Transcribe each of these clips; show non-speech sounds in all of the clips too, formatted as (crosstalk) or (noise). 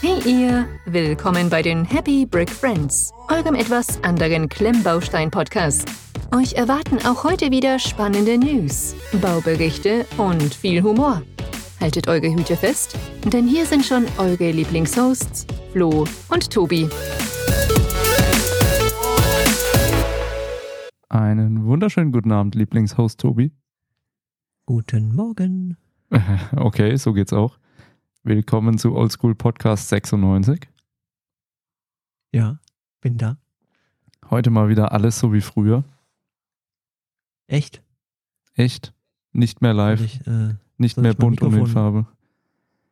Leute, willkommen bei den Happy Brick Friends, eurem etwas anderen Klemmbaustein-Podcast. Euch erwarten auch heute wieder spannende News, Bauberichte und viel Humor. Haltet eure Hüte fest, denn hier sind schon eure Lieblingshosts, Flo und Tobi. Einen wunderschönen guten Abend, Lieblingshost Tobi. (laughs) Guten Morgen. Okay, so geht's auch. Willkommen zu Oldschool Podcast 96. Ja, bin da. Heute mal wieder alles so wie früher. Echt? Echt? Nicht mehr Soll live, Ich, äh, nicht soll mehr ich mein bunt und in Mikrofon- Farbe.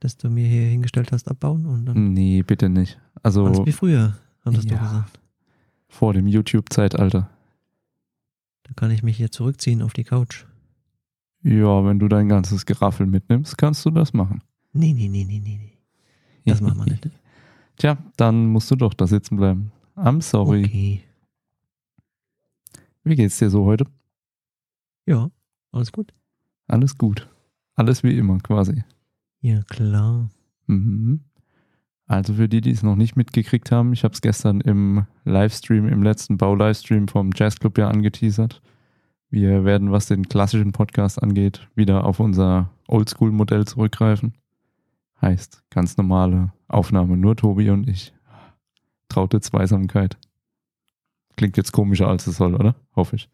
dass du mir hier hingestellt hast, abbauen und dann Nee, bitte nicht. ganz Also wie früher, hattest Ja. du gesagt. vor dem YouTube-Zeitalter. Da kann ich mich hier zurückziehen auf die Couch. Ja, wenn du dein ganzes Geraffel mitnimmst, kannst du das machen. Nee, nee, nee, nee, nee, nee. Das machen wir (laughs) nicht. (laughs) Tja, dann musst du doch da sitzen bleiben. I'm sorry. Okay. Wie geht's dir so heute? Ja, alles gut. Alles gut. Alles wie immer quasi. Ja, klar. Mhm. Also für die, die es noch nicht mitgekriegt haben, ich habe es gestern im Livestream, im letzten Bau-Livestream vom Jazzclub ja angeteasert. Wir werden, was den klassischen Podcast angeht, wieder auf unser Oldschool-Modell zurückgreifen. Heißt, ganz normale Aufnahme, nur Tobi und ich. Traute Zweisamkeit. Klingt jetzt komischer, als es soll, oder? Hoffe ich.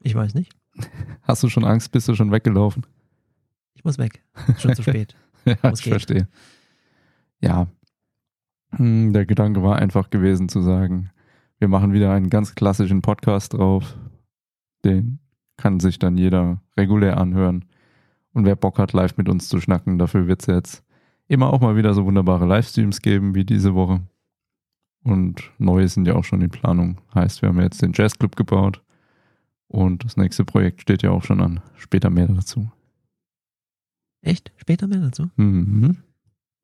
Ich weiß nicht. Hast du schon Angst? Bist du schon weggelaufen? Ich muss weg. Ist (laughs) schon zu spät. Ja, Muss ich gehen. verstehe. Ja. Hm, Der Gedanke war einfach gewesen zu sagen, wir machen wieder einen ganz klassischen Podcast drauf. Den kann sich dann jeder regulär anhören. Und wer Bock hat, live mit uns zu schnacken, dafür wird es jetzt immer auch mal wieder so wunderbare Livestreams geben wie diese Woche. Und neue sind ja auch schon in Planung. Heißt, wir haben jetzt den Jazzclub gebaut. Und das nächste Projekt steht ja auch schon an. Später mehr dazu. Echt? Später mehr dazu? Mhm.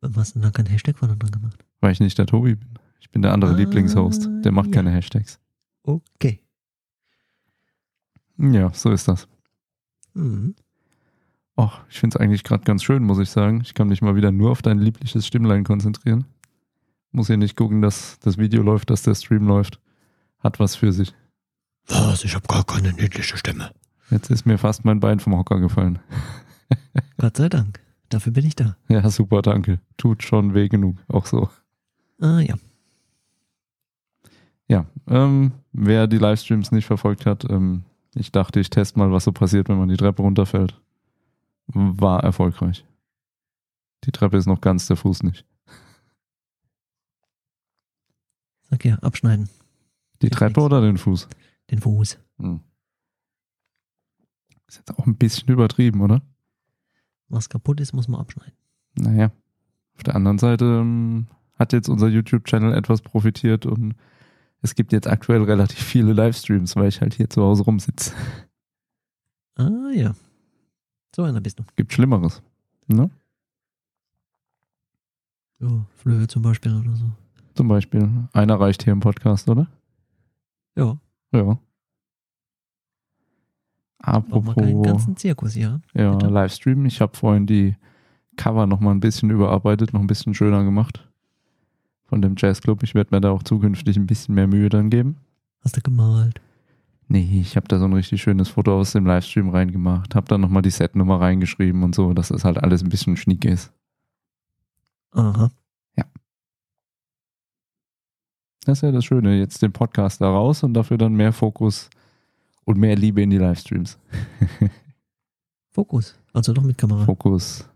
Was denn da kein Hashtag von dran gemacht? Weil ich nicht der Tobi bin. Ich bin der andere Ah, Lieblingshost. Der macht ja. keine Hashtags. Okay. Ja, so ist das. Mhm. Och, ich finde es eigentlich gerade ganz schön, muss ich sagen. Ich kann mich mal wieder nur auf dein liebliches Stimmlein konzentrieren. Muss hier nicht gucken, dass das Video läuft, dass der Stream läuft. Hat was für sich. Was? Ich habe gar keine niedliche Stimme. Jetzt ist mir fast mein Bein vom Hocker gefallen. Gott sei Dank. Dafür bin ich da. Ja, super, danke. Tut schon weh genug, auch so. Ah ja. Ja, ähm, wer die Livestreams nicht verfolgt hat, ähm, ich dachte, ich teste mal, was so passiert, wenn man die Treppe runterfällt. War erfolgreich. Die Treppe ist noch ganz, der Fuß nicht. Sag ja, abschneiden. Die Ja, Treppe nix. oder den Fuß? Den Fuß. Hm. Ist jetzt auch ein bisschen übertrieben, oder? Was kaputt ist, muss man abschneiden. Naja. Auf der anderen Seite ähm, hat jetzt unser YouTube-Channel etwas profitiert und es gibt jetzt aktuell relativ viele Livestreams, weil ich halt hier zu Hause rumsitze. Ah ja. So einer bist du. Gibt Schlimmeres. Ne? Ja, Flöhe zum Beispiel oder so. Zum Beispiel. Einer reicht hier im Podcast, oder? Ja, Ja. braucht man keinen Apropos ganzen Zirkus, ja. ja, Bitte? Livestream, ich habe vorhin die Cover nochmal ein bisschen überarbeitet, noch ein bisschen schöner gemacht von dem Jazzclub. Ich werde mir da auch zukünftig ein bisschen mehr Mühe dann geben. Hast du gemalt. Nee, ich habe da so ein richtig schönes Foto aus dem Livestream reingemacht, habe da nochmal die Setnummer reingeschrieben und so, dass das halt alles ein bisschen schnieke ist. Aha. Das ist ja das Schöne, jetzt den Podcast da raus und dafür dann mehr Fokus und mehr Liebe in die Livestreams. Fokus. Also doch mit Kamera. Fokus.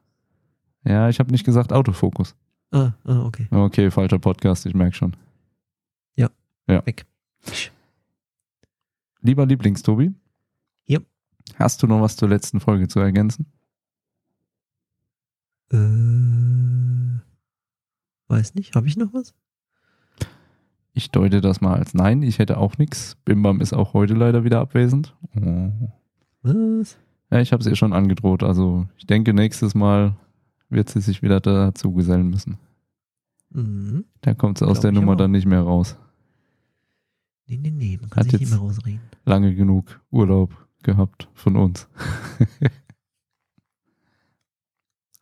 Ja, ich habe nicht gesagt Autofokus. ah, ah, okay. Okay, falscher Podcast, ich merke schon. Ja, Ja. weg. Lieber Lieblingstobi. Ja. Hast du noch was zur letzten Folge zu ergänzen? Äh, weiß nicht, habe ich noch was? Ich deute das mal als nein. Ich hätte auch nichts. Bim Bam ist auch heute leider wieder abwesend. Oh. Was? Ja, ich habe es ihr schon angedroht. Also ich denke, nächstes Mal wird sie sich wieder dazu gesellen müssen. Mhm. Da kommt sie aus Glaub der ich Nummer aber. dann nicht mehr raus. Nee, nee, nee, man Hat kann sich jetzt- nicht mehr rausreden. Lange genug Urlaub gehabt von uns. (laughs)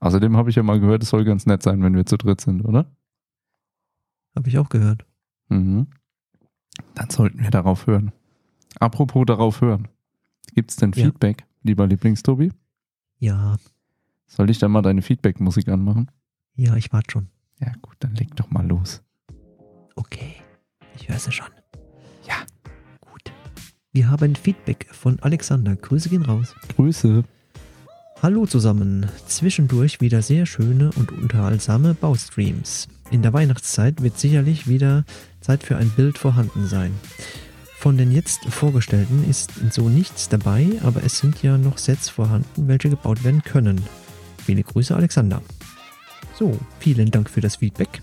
Außerdem habe ich ja mal gehört, es soll ganz nett sein, wenn wir zu dritt sind, oder? Habe ich auch gehört. Mhm. Dann sollten wir darauf hören. Apropos darauf hören. Gibt es denn Ja. Feedback, lieber Lieblingstobi? Ja, Soll ich dann mal deine Feedback-Musik anmachen? ja, ich warte schon. Ja, gut, dann leg doch mal los. Okay, ich höre sie schon. Ja. Gut. Wir haben Feedback von Alexander. Grüße gehen raus. Grüße. Hallo zusammen. Zwischendurch wieder sehr schöne und unterhaltsame Baustreams. In der Weihnachtszeit wird sicherlich wieder Zeit für ein Bild vorhanden sein. Von den jetzt vorgestellten ist so nichts dabei, aber es sind ja noch Sets vorhanden, welche gebaut werden können. Viele Grüße, Alexander. So, vielen Dank für das Feedback.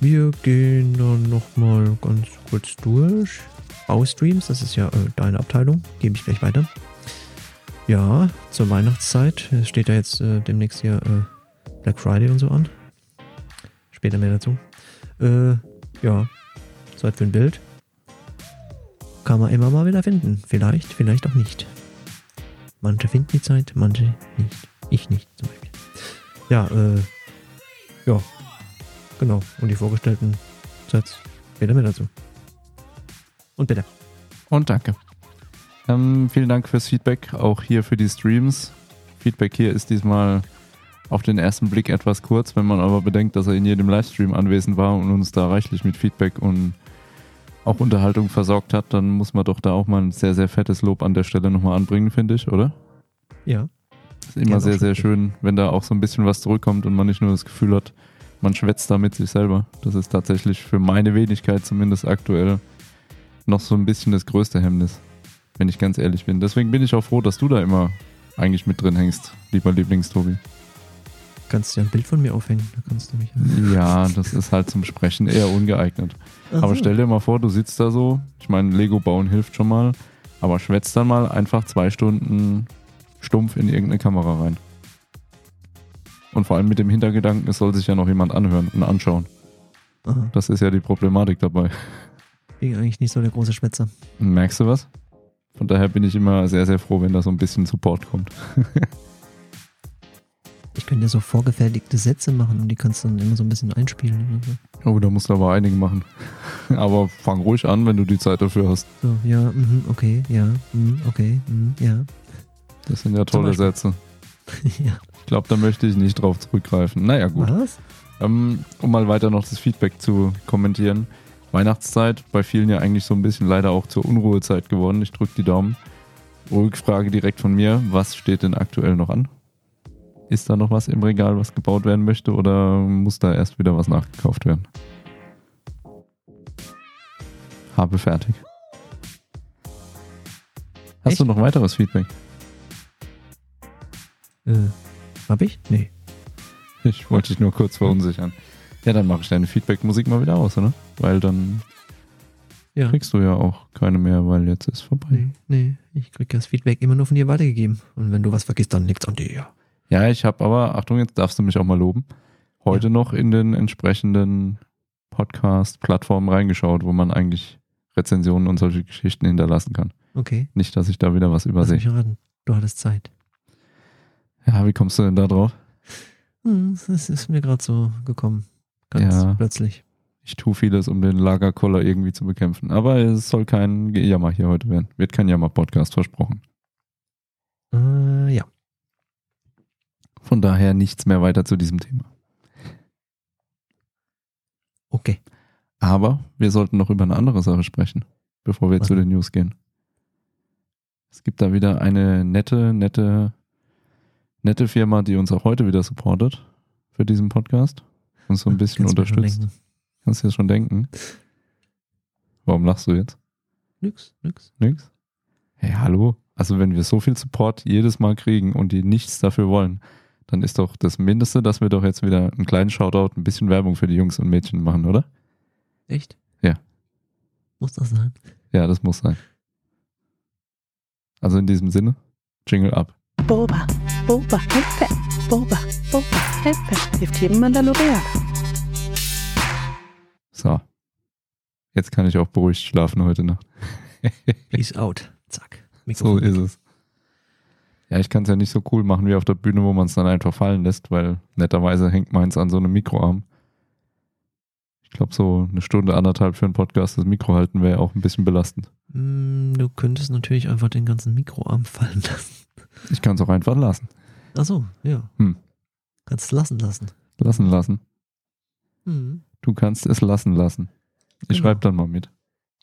Wir gehen dann nochmal ganz kurz durch. Baustreams, das ist ja äh, deine Abteilung, gebe ich gleich weiter. Ja, zur Weihnachtszeit. Es steht ja jetzt äh, demnächst hier äh, Black Friday und so an. Später mehr dazu. Äh, ja, Zeit für ein Bild. Kann man immer mal wieder finden. Vielleicht, vielleicht auch nicht. Manche finden die Zeit, manche nicht. Ich nicht zum Beispiel. Ja, äh, ja, genau. Und die vorgestellten Sets. Später mehr dazu. Und bitte. Und danke. Ähm, vielen Dank fürs Feedback, auch hier für die Streams. Feedback hier ist diesmal auf den ersten Blick etwas kurz, wenn man aber bedenkt, dass er in jedem Livestream anwesend war und uns da reichlich mit Feedback und auch Unterhaltung versorgt hat, dann muss man doch da auch mal ein sehr, sehr fettes Lob an der Stelle nochmal anbringen, finde ich, oder? Ja, Ist immer Ja, sehr, doch, sehr stimmt. schön, wenn da auch so ein bisschen was zurückkommt und man nicht nur das Gefühl hat, man schwätzt da mit sich selber. Das ist tatsächlich für meine Wenigkeit zumindest aktuell noch so ein bisschen das größte Hemmnis, wenn ich ganz ehrlich bin. Deswegen bin ich auch froh, dass du da immer eigentlich mit drin hängst, lieber Lieblingstobi. kannst du ja ein Bild von mir aufhängen. Da kannst du mich. Ja, das ist halt zum Sprechen eher ungeeignet. Ach Aber so. stell dir mal vor, du sitzt da so. Ich meine, Lego bauen hilft schon mal, aber schwätzt dann mal einfach zwei Stunden stumpf in irgendeine Kamera rein. Und vor allem mit dem Hintergedanken, es soll sich ja noch jemand anhören und anschauen. Aha. Das ist ja die Problematik dabei. (laughs) Bin eigentlich nicht so der große Schwätzer. Merkst du was? Von daher bin ich immer sehr, sehr froh, wenn da so ein bisschen Support kommt. Ich könnte ja so vorgefertigte Sätze machen und die kannst du dann immer so ein bisschen einspielen. oder Oh, da musst du aber einige machen. (laughs) Aber fang ruhig an, wenn du die Zeit dafür hast. So, So, ja, mhm, okay, ja, mhm, okay, mhm, ja. (laughs) Das sind ja Zum tolle Beispiel. Sätze. ja. Ich glaube, da möchte ich nicht drauf zurückgreifen. Naja, gut. Was? Ähm, um mal weiter noch das Feedback zu kommentieren. Weihnachtszeit, bei vielen ja eigentlich so ein bisschen leider auch zur Unruhezeit geworden. Ich drücke die Daumen. Rückfrage direkt von mir, was steht denn aktuell noch an? Ist da noch was im Regal, was gebaut werden möchte oder muss da erst wieder was nachgekauft werden? Habe fertig. Hast Echt? du noch weiteres Feedback? Äh, hab ich? Nee. Ich wollte dich nur kurz verunsichern. Ja, dann mache ich deine Feedback-Musik mal wieder aus, oder? Weil dann Ja. kriegst du ja auch keine mehr, weil jetzt ist vorbei. Nee, nee. Ich krieg das Feedback immer nur von dir weitergegeben. Und wenn du was vergisst, dann liegt's an dir. Ja, ich habe aber, Achtung, jetzt darfst du mich auch mal loben, heute noch in den entsprechenden Podcast-Plattformen reingeschaut, wo man eigentlich Rezensionen und solche Geschichten hinterlassen kann. Okay, Nicht, dass ich da wieder was lass übersehe. mich raten. Du hattest Zeit. Ja, wie kommst du denn da drauf? Hm, das ist mir gerade so gekommen. Ganz Ja. plötzlich. Ich tue vieles, um den Lagerkoller irgendwie zu bekämpfen. Aber es soll kein Jammer hier heute werden. Wird kein Jammer-Podcast, versprochen. Äh, ja. Von daher nichts mehr weiter zu diesem Thema. Okay. Aber wir sollten noch über eine andere Sache sprechen, bevor wir Was? zu den News gehen. Es gibt da wieder eine nette, nette, nette Firma, die uns auch heute wieder supportet für diesen Podcast. Uns so ein bisschen Kannst du mir schon unterstützt. denken. Kannst du dir schon denken. Warum lachst du jetzt? Nix, nix. Nix? Hey, hallo? Also wenn wir so viel Support jedes Mal kriegen und die nichts dafür wollen, dann ist doch das Mindeste, dass wir doch jetzt wieder einen kleinen Shoutout, ein bisschen Werbung für die Jungs und Mädchen machen, oder? Echt? Ja. Muss das sein? Ja, das muss sein. Also in diesem Sinne, Jingle ab. Boba, Boba, Hefe, Boba, Boba, Hefe, hilft jedem Mandalorianer. So. Jetzt kann ich auch beruhigt schlafen heute Nacht. Peace out. Zack. So Mikrofon weg. ist es. Ja, ich kann es ja nicht so cool machen wie auf der Bühne, wo man es dann einfach fallen lässt, weil netterweise hängt meins an so einem Mikroarm. Ich glaube, so eine Stunde, anderthalb für einen Podcast das Mikro halten wäre auch ein bisschen belastend. Hm, Du könntest natürlich einfach den ganzen Mikroarm fallen lassen. Ich kann es auch einfach lassen. Achso, ja. Hm. Kannst lassen lassen. Lassen lassen. Hm. Du kannst es lassen lassen. Ich Genau. schreibe dann mal mit.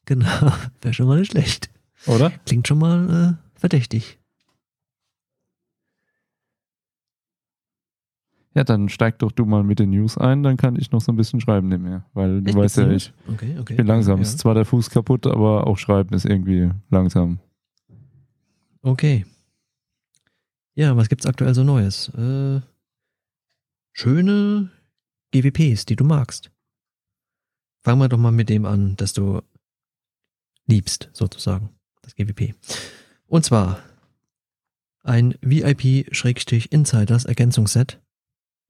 Genau, (laughs) wäre schon mal nicht schlecht. Oder? Klingt schon mal äh, verdächtig. Ja, dann steig doch du mal mit den News ein, dann kann ich noch so ein bisschen schreiben nebenher. Weil du Echt, weißt mit ja, den ich Okay, okay. bin langsam. Ja. Ist zwar der Fuß kaputt, aber auch schreiben ist irgendwie langsam. Okay. Ja, was gibt's aktuell so Neues? Äh, schöne GWPs, die du magst. Fangen wir doch mal mit dem an, das du liebst, sozusagen. Das GWP. Und zwar ein VIP-Insiders-Ergänzungsset.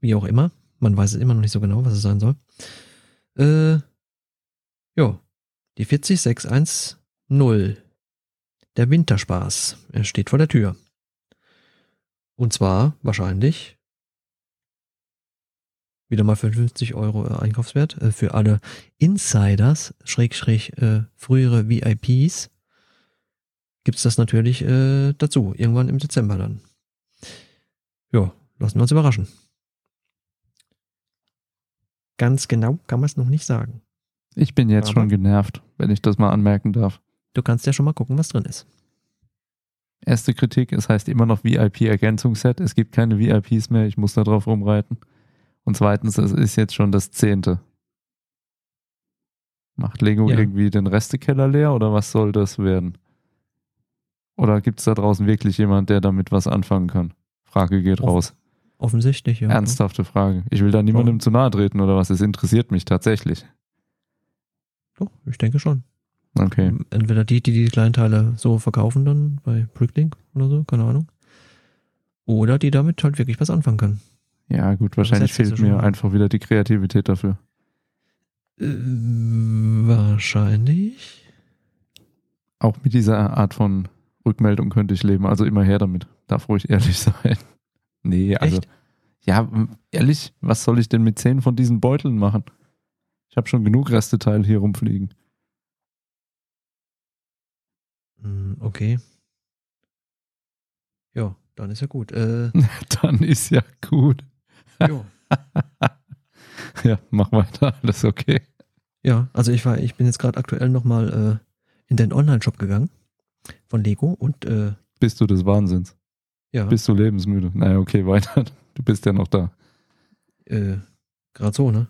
Wie auch immer. Man weiß es immer noch nicht so genau, was es sein soll. Äh, jo. Die 40610 der Winterspaß. Er steht vor der Tür. Und zwar wahrscheinlich wieder mal für 50 Euro äh, Einkaufswert äh, für alle Insiders, Schrägstrich, äh, frühere VIPs. Gibt's das natürlich äh, dazu, irgendwann im Dezember dann. Ja, lassen wir uns überraschen. Ganz genau kann man es noch nicht sagen. Ich bin jetzt Aber- schon genervt, wenn ich das mal anmerken darf. Du kannst ja schon mal gucken, was drin ist. Erste Kritik, es heißt immer noch VIP-Ergänzungsset. Es gibt keine VIPs mehr, ich muss da drauf rumreiten. Und zweitens, es ist jetzt schon das zehnte. Macht Lego Ja. irgendwie den Restekeller leer oder was soll das werden? Oder gibt es da draußen wirklich jemand, der damit was anfangen kann? Frage geht Off- raus. Offensichtlich, ja. Ernsthafte Frage. Ich will da niemandem zu nahe treten oder was? Es interessiert mich tatsächlich. Doch, ich denke schon. Okay. Entweder die, die die Kleinteile so verkaufen dann bei Bricklink oder so, keine Ahnung. Oder die damit halt wirklich was anfangen können. Ja, gut, wahrscheinlich setzt ihr so fehlt schon mir mal. einfach wieder die Kreativität dafür. Äh, wahrscheinlich. auch mit dieser Art von Rückmeldung könnte ich leben. Also immer her damit. Darf ruhig ehrlich (laughs) sein. Nee, also. Echt? Ja, m- ehrlich, was soll ich denn mit zehn von diesen Beuteln machen? Ich habe schon genug Resteteile hier rumfliegen. (laughs) Hm, Okay. Ja, dann ist ja gut. Äh, Dann ist ja gut. jo. Ja, mach weiter, (laughs) alles okay. Ja, also ich war, ich bin jetzt gerade aktuell nochmal äh, in den Online-Shop gegangen von Lego und äh, Bist du des Wahnsinns? ja, Bist du lebensmüde? Naja, okay, weiter. Du bist ja noch da. äh, gerade so, ne?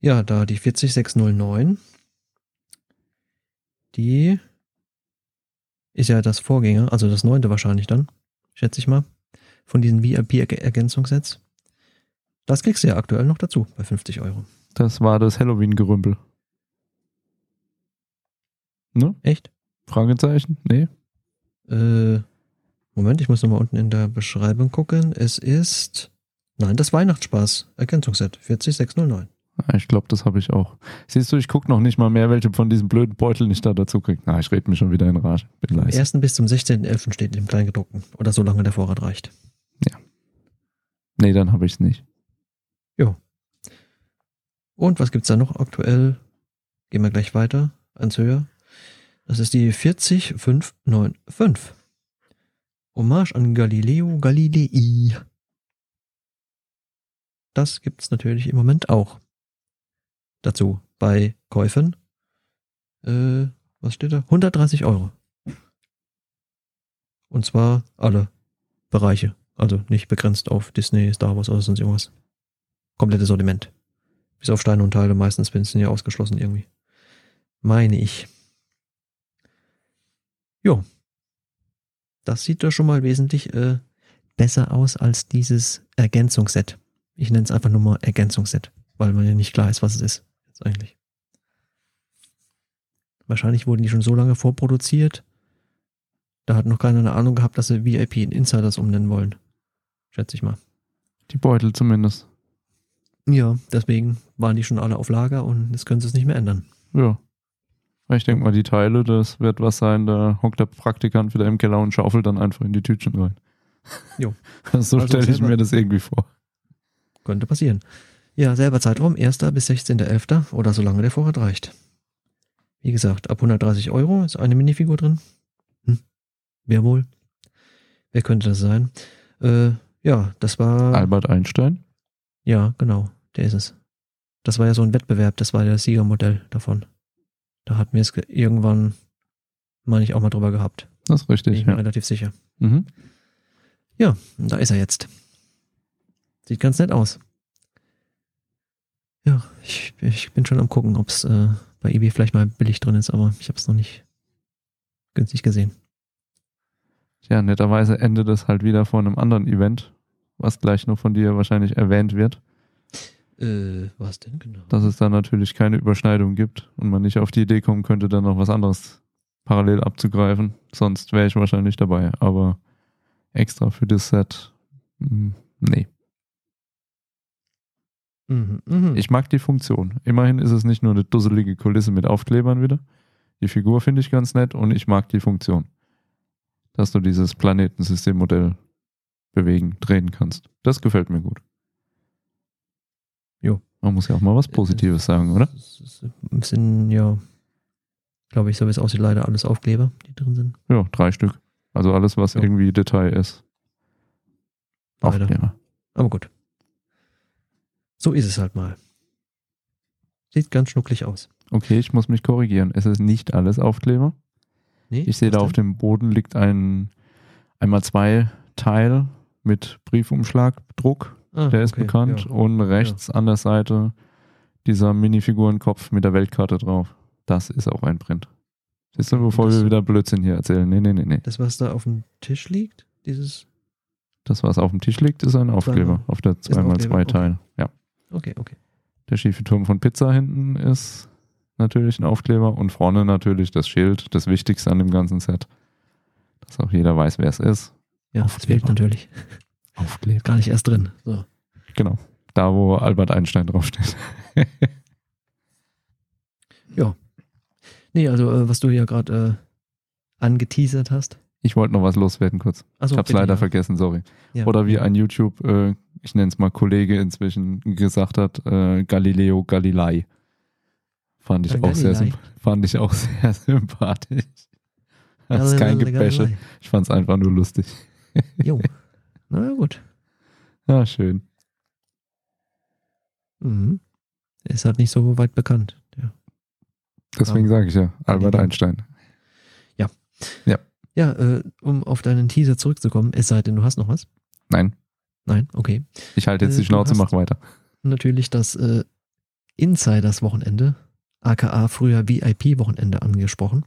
Ja, da die 40609. Die ist ja das Vorgänger, also das neunte wahrscheinlich dann, schätze ich mal, von diesen VIP-Ergänzungssets. Das kriegst du ja aktuell noch dazu bei 50 Euro. Das war das Halloween-Gerümpel. Ne? Echt? Fragezeichen? Nee? Äh, Moment, ich muss nochmal unten in der Beschreibung gucken. Es ist. Nein, das Weihnachtsspaß-Ergänzungsset 40609. Ja, Ah, Ich glaube, das habe ich auch. Siehst du, ich gucke noch nicht mal mehr, welche von diesen blöden Beuteln ich da dazu kriege. Na, ich rede mich schon wieder in Rage. Bin Am leise. 1. bis zum 16.11. steht im Kleingedruckten. Oder solange der Vorrat reicht. Nee, dann habe ich es nicht. Und was gibt's da noch aktuell? Gehen wir gleich weiter, eins höher. Das ist die 40595. Hommage an Galileo Galilei. Das gibt's natürlich im Moment auch. Dazu bei Käufen. Äh, was steht da? 130 Euro. Und zwar alle Bereiche. Also nicht begrenzt auf Disney, Star Wars oder sonst irgendwas. Komplettes Sortiment. Bis auf Steine und Teile meistens bin- sind ja ausgeschlossen irgendwie. Meine ich. Jo. Das sieht doch schon mal wesentlich äh, besser aus als dieses Ergänzungsset. Ich nenne es einfach nur mal Ergänzungsset, weil man ja nicht klar ist, was es ist. Jetzt eigentlich. Wahrscheinlich wurden die schon so lange vorproduziert. Da hat noch keiner eine Ahnung gehabt, dass sie VIP in Insiders umnennen wollen. Schätze ich mal. Die Beutel zumindest. Ja, deswegen waren die schon alle auf Lager und jetzt können sie es nicht mehr ändern. Ja. Ich denke mal, die Teile, das wird was sein, da hockt der Praktikant wieder im Keller und schaufelt dann einfach in die Tütchen rein. Jo. (laughs) so Also stelle ich selber- mir das irgendwie vor. Könnte passieren. Ja, selber Zeitraum, 1. bis 16.11. oder solange der Vorrat reicht. Wie gesagt, ab 130 Euro ist eine Minifigur drin. Hm. Wer wohl? Wer könnte das sein? Äh, ja, das war. Albert Einstein? Ja, genau, der ist es. Das war ja so ein Wettbewerb, das war ja das Siegermodell davon. Da hatten wir es ge- irgendwann, meine ich, auch mal drüber gehabt. Das ist Bin ich richtig, mir ja. relativ sicher. Mhm. Ja, und da ist er jetzt. Sieht ganz nett aus. Ja, ich, ich bin schon am gucken, ob es äh, bei eBay vielleicht mal billig drin ist, aber ich habe es noch nicht günstig gesehen. Tja, netterweise endet es halt wieder vor einem anderen Event, was gleich noch von dir wahrscheinlich erwähnt wird, Äh, was denn genau? dass es da natürlich keine Überschneidung gibt und man nicht auf die Idee kommen könnte, dann noch was anderes parallel abzugreifen. Sonst wäre ich wahrscheinlich dabei, aber extra für das Set, mh, nee. Mhm, mhm. Ich mag die Funktion. Immerhin ist es nicht nur eine dusselige Kulisse mit Aufklebern wieder. Die Figur finde ich ganz nett und ich mag die Funktion, dass du dieses Planetensystemmodell bewegen, drehen kannst. Das gefällt mir gut. Jo. Man muss ja auch mal was Positives sagen, oder? Es ist- es sind ja, glaube ich, so wie es aussieht, leider alles Aufkleber, die drin sind. Ja, drei Stück. Also alles, was Ja. irgendwie Detail ist. Leider. Aufkleber. Aber gut. So ist es halt mal. Sieht ganz schnucklig aus. Okay, ich muss mich korrigieren. Es ist nicht alles Aufkleber. Nee, Ich sehe da auf dem Boden liegt ein einmal zwei Teil mit Briefumschlagdruck. Ah, Der ist bekannt. Und rechts an der Seite dieser Minifigurenkopf mit der Weltkarte drauf. Das ist auch ein Print. Siehst du, bevor Das- wir wieder Blödsinn hier erzählen. Nee, nee, nee, nee. Das, was da auf dem Tisch liegt, dieses. Das, was auf dem Tisch liegt, ist ein Aufkleber Zweimal. auf der ein 2x2 Aufkleber, okay. Teil. Ja. Okay, okay. Der schiefe Turm von Pizza hinten ist natürlich ein Aufkleber und vorne natürlich das Schild, das Wichtigste an dem ganzen Set. Dass auch jeder weiß, wer es ist. Ja, es Aufkleber. fehlt natürlich. Aufkleber. Gar nicht erst drin. So. Genau. Da, wo Albert Einstein draufsteht. (laughs) Nee, also äh, was du ja gerade äh, angeteasert hast. Ich wollte noch was loswerden kurz. Achso, Ich hab's leider vergessen, sorry. Ja. Oder wie ein YouTube, äh, ich nenne es mal Kollege inzwischen gesagt hat, äh, Galileo Galilei. Fand ich, auch sehr, symp- fand ich auch (laughs) sehr sympathisch. Das ist kein Gebäsche. Ich fand es einfach nur lustig. (laughs) Jo. Na gut. Ja, Ah, schön. Mhm. Ist halt nicht so weit bekannt. Ja. Deswegen Ja. sage ich ja, Albert Galileo. Einstein. Ja, äh, um auf deinen Teaser zurückzukommen, es sei denn, du hast noch was. Nein, Nein, okay. ich halte jetzt Äh, die du Schnauze, hast- mach weiter. Natürlich das äh, Insiders-Wochenende, aka früher VIP-Wochenende angesprochen.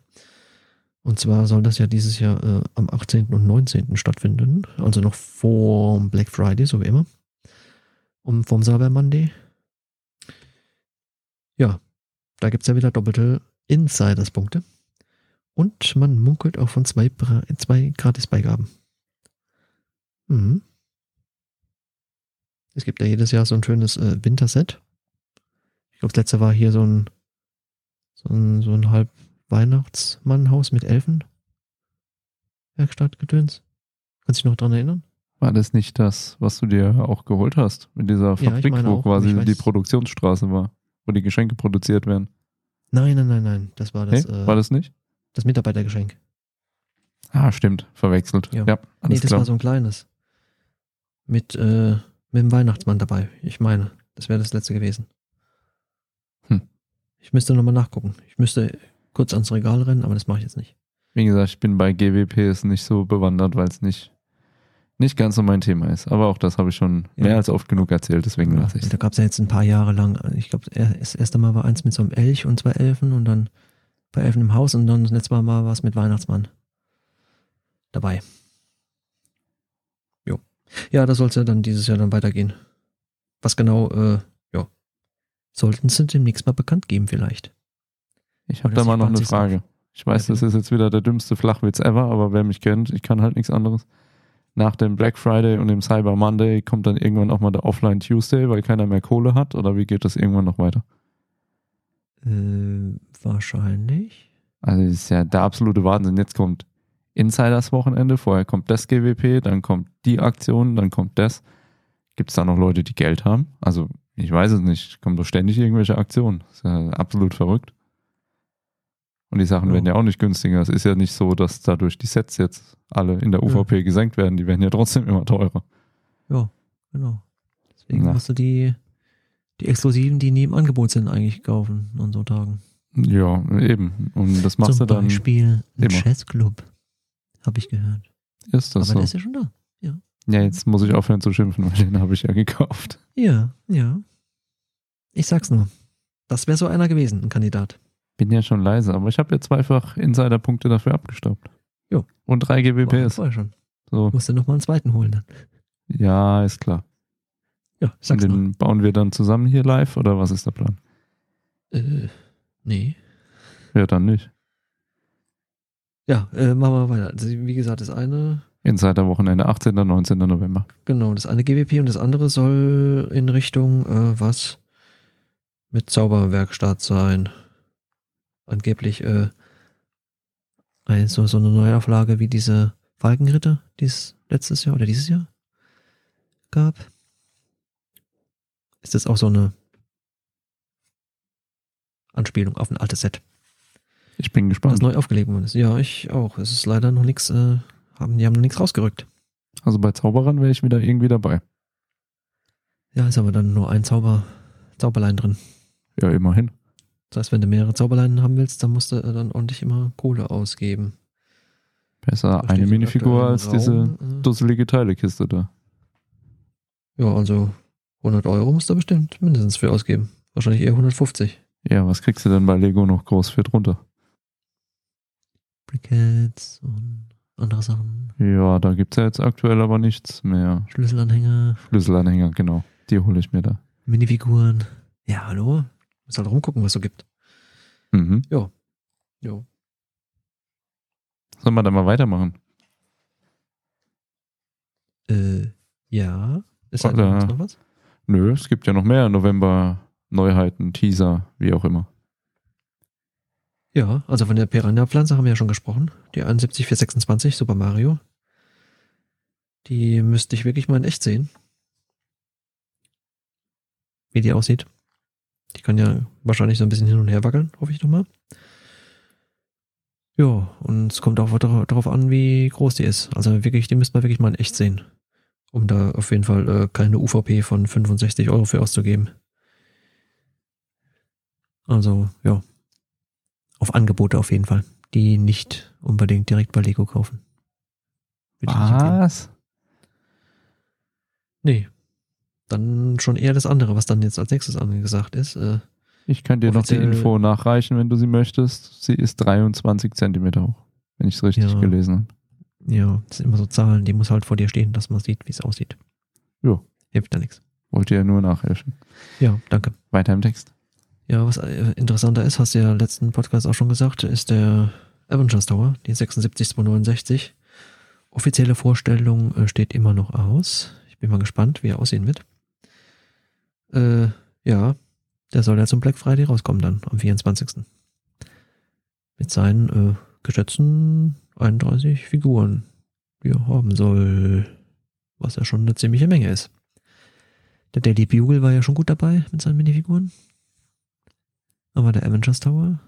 Und zwar soll das ja dieses Jahr äh, am 18. und 19. stattfinden, also noch vor Black Friday, so wie immer. Und vom Cyber Monday. Ja, da gibt es ja wieder doppelte Insiders-Punkte. Und man munkelt auch von zwei, Bra- zwei Gratisbeigaben. Mhm. Es gibt ja jedes Jahr so ein schönes äh, Winterset. Ich glaube, das letzte war hier so ein, so ein, so ein halb Weihnachtsmannhaus mit Elfen. Werkstattgedöns. Kannst du dich noch dran erinnern? War das nicht das, was du dir auch geholt hast? Mit dieser ich Fabrik, meine wo auch, ich quasi die weiß- Produktionsstraße war, wo die Geschenke produziert werden. Nein, nein, nein, nein. Das war das, nee? äh, War das? das nicht? Mitarbeitergeschenk. Ah, stimmt. Verwechselt. Ja, Ja. alles nee, das klar. war so ein kleines. Mit, äh, mit dem Weihnachtsmann dabei. Ich meine, das wäre das letzte gewesen. Hm. Ich müsste nochmal nachgucken. Ich müsste kurz ans Regal rennen, aber das mache ich jetzt nicht. Wie gesagt, ich bin bei GWPs nicht so bewandert, weil es nicht, nicht ganz so mein Thema ist. Aber auch das habe ich schon Ja. mehr als oft genug erzählt, deswegen lasse ich Da gab es ja jetzt ein paar Jahre lang, ich glaube, das erste Mal war eins mit so einem Elch und zwei Elfen und dann bei Elfen im Haus und dann das letzte Mal war was mit Weihnachtsmann dabei. Jo. Ja, da soll es ja dann dieses Jahr dann weitergehen. Was genau, äh, ja. Sollten sie demnächst mal bekannt geben, vielleicht. Ich habe Oder da mal noch eine sieht man sich's Frage. Ich weiß, Ja, genau. das ist jetzt wieder der dümmste Flachwitz ever, aber wer mich kennt, ich kann halt nichts anderes. Nach dem Black Friday und dem Cyber Monday kommt dann irgendwann auch mal der Offline Tuesday, weil keiner mehr Kohle hat. Oder wie geht das irgendwann noch weiter? Äh, wahrscheinlich. Also das ist ja der absolute Wahnsinn. Jetzt kommt Insiders Wochenende, vorher kommt das GWP, dann kommt die Aktion, dann kommt das. Gibt es da noch Leute, die Geld haben? Also ich weiß es nicht. Kommen doch ständig irgendwelche Aktionen. Das ist ja absolut verrückt. Und die Sachen Ja. werden ja auch nicht günstiger. Es ist ja nicht so, dass dadurch die Sets jetzt alle in der UVP gesenkt werden. Die werden ja trotzdem immer teurer. Ja, genau. Deswegen Na. musst du die, die Exklusiven, die nie im Angebot sind, eigentlich kaufen an so Tagen. Ja, eben. Und das machst Zum du dann. Beispiel ein immer. Jazzclub. Habe ich gehört. Ist das Aber der so? ist ja schon da. Ja, jetzt muss ich aufhören zu schimpfen, weil den habe ich ja gekauft. Ja, ja. Ich sag's nur. Das wäre so einer gewesen, ein Kandidat. Bin ja schon leise, aber ich habe jetzt zweifach Insiderpunkte dafür abgestaubt. Jo. Und drei War GWPs. Vorher schon. So. Musst du nochmal einen zweiten holen dann. Ja, ist klar. Ja, ich Und sag's nur. den bauen wir dann zusammen hier live oder was ist der Plan? Äh, nee. Ja, dann nicht. Ja, äh, machen wir weiter. Also, wie gesagt, das eine, Insider-Wochenende, 18. 19. November. genau, das eine GWP und das andere soll in Richtung, äh, was? Mit Zauberwerkstatt sein. Angeblich, äh, ein- so, so eine Neuauflage wie diese Falkenritter, die es letztes Jahr oder dieses Jahr gab. Ist das auch so eine Anspielung auf ein altes Set? Ich bin was gespannt. neu aufgelegt worden ist. Ja, ich auch. Es ist leider noch nichts, äh, haben, die haben noch nichts rausgerückt. Also bei Zauberern wäre ich wieder irgendwie dabei. Ja, ist aber dann nur ein Zauber, Zauberlein drin. Ja, immerhin. Das heißt, wenn du mehrere Zauberleinen haben willst, dann musst du äh, dann ordentlich immer Kohle ausgeben. Besser Da eine steht im Minifigur als aktuellen diese Raum, dusselige Teilekiste da. Äh, ja, also 100 Euro musst du bestimmt mindestens für ausgeben. Wahrscheinlich eher 150. Ja, was kriegst du denn bei Lego noch groß für drunter? Brickets und andere Sachen. Ja, da gibt's ja jetzt aktuell aber nichts mehr. Schlüsselanhänger, Schlüsselanhänger, genau. Die hole ich mir da. Minifiguren. Ja, hallo? Muss halt rumgucken, was es so gibt. Mhm. Jo. Sollen wir da mal weitermachen? Äh, ja. Ist halt Oder- sonst noch was? Nö, es gibt ja noch mehr November-Neuheiten, Teaser, wie auch immer. Ja, also von der Piranha-Pflanze haben wir ja schon gesprochen. Die 71426 Super Mario. Die müsste ich wirklich mal in echt sehen. Wie die aussieht. Die kann ja wahrscheinlich so ein bisschen hin und her wackeln, hoffe ich doch mal. Ja, und es kommt auch dra- darauf an, wie groß die ist. Also wirklich, die müsste man wirklich mal in echt sehen. Um da auf jeden Fall äh, keine UVP von 65 Euro für auszugeben. Also, ja auf Angebote auf jeden Fall, die nicht unbedingt direkt bei Lego kaufen. Würde ich nicht empfehlen. nee. Dann schon eher das andere, was dann jetzt als nächstes angesagt ist. Äh, Ich kann dir noch die Offiziell- Info nachreichen, wenn du sie möchtest. Sie ist 23 Zentimeter hoch, wenn ich es richtig Ja. gelesen habe. ja, das sind immer so Zahlen, die muss halt vor dir stehen, dass man sieht, wie es aussieht. Ja. Hilft da nichts. Wollte ja nur nachhelfen. Ja, danke. Weiter im Text. Ja, was äh, interessanter ist, hast du ja im letzten Podcast auch schon gesagt, ist der Avengers Tower, die 76269. Offizielle Vorstellung äh, steht immer noch aus. Ich bin mal gespannt, wie er aussehen wird. Äh, ja, der soll ja zum Black Friday rauskommen dann, am 24. Mit seinen äh, geschätzten 31 Figuren, die er haben soll. Was ja schon eine ziemliche Menge ist. Der Daily Bugle war ja schon gut dabei mit seinen Minifiguren. Aber der Avengers Tower?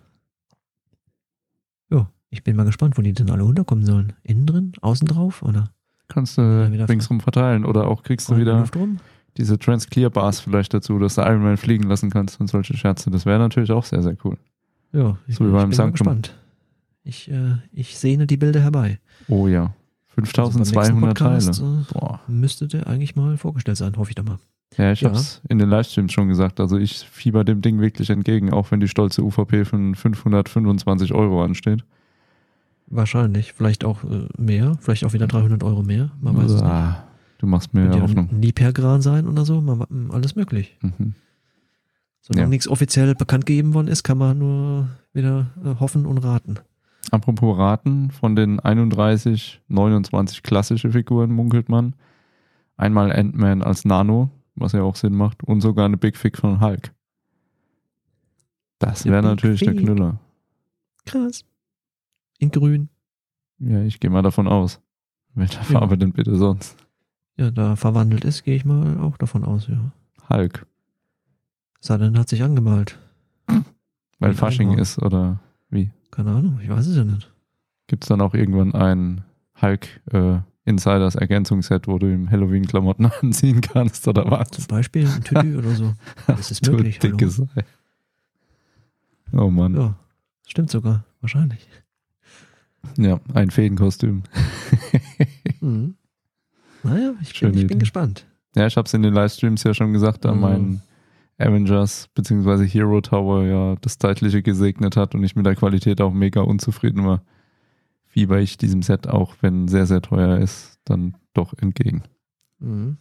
Ja, ich bin mal gespannt, wo die denn alle runterkommen sollen. Innen drin? Außen drauf? Oder Kannst du Ja, wieder ringsrum verteilen oder auch kriegst du in der wieder Luft rum? diese Trans-Clear-Bars vielleicht dazu, dass du Iron Man fliegen lassen kannst und solche Scherze. Das wäre natürlich auch sehr, sehr cool. Ja, ich, So wie beim ich bin mal Sanctum. gespannt. Ich, äh, ich sehne die Bilder herbei. Oh ja. Also beim nächsten 5200 Podcast, Teile. äh, Boah. Müsste der eigentlich mal vorgestellt sein, hoffe ich doch mal. Ja, ich Ja. hab's in den Livestreams schon gesagt. Also ich fieber dem Ding wirklich entgegen, auch wenn die stolze UVP von 525 Euro ansteht. Wahrscheinlich. Vielleicht auch äh, mehr. Vielleicht auch wieder 300 Euro mehr. Man weiß es nicht. Ah, du machst mir Könnte ja Hoffnung. ein Liebherr-Gran sein oder so. Man, mm, alles möglich. Mhm. Solange Ja. nichts offiziell bekannt gegeben worden ist, kann man nur wieder äh, hoffen und raten. Apropos Raten, von den 31, 29 klassische Figuren munkelt man. Einmal Ant-Man als Nano, was ja auch Sinn macht, und sogar eine Big Fig von Hulk. Das Eine wäre Big natürlich der Fig. Knüller. Krass. in grün. Ja, ich gehe mal davon aus. Welcher Ja. Farbe denn bitte sonst? Ja, da verwandelt ist, gehe ich mal auch davon aus, ja. Hulk. Sutherland hat sich angemalt. Weil Mit Fasching Einhorn. ist oder Keine Ahnung, ich weiß es ja nicht. gibt es dann auch irgendwann ein Hulk äh, Insiders Ergänzungsset, wo du ihm Halloween-Klamotten (laughs) anziehen kannst oder Zum was? Beispiel (laughs) ein Tütü oder so. Das ist Du möglich, hallo. dickes Ei. Oh Mann. Ja, stimmt sogar, wahrscheinlich. Ja, ein Feenkostüm. Mhm. Naja, ich bin, Schöne ich Idee. bin gespannt. Ja, ich habe es in den Livestreams ja schon gesagt, da Mhm. mein Avengers bzw. Hero Tower ja das Zeitliche gesegnet hat und ich mit der Qualität auch mega unzufrieden war, fieber ich diesem Set auch, wenn sehr, sehr teuer ist, dann doch entgegen. Mhm.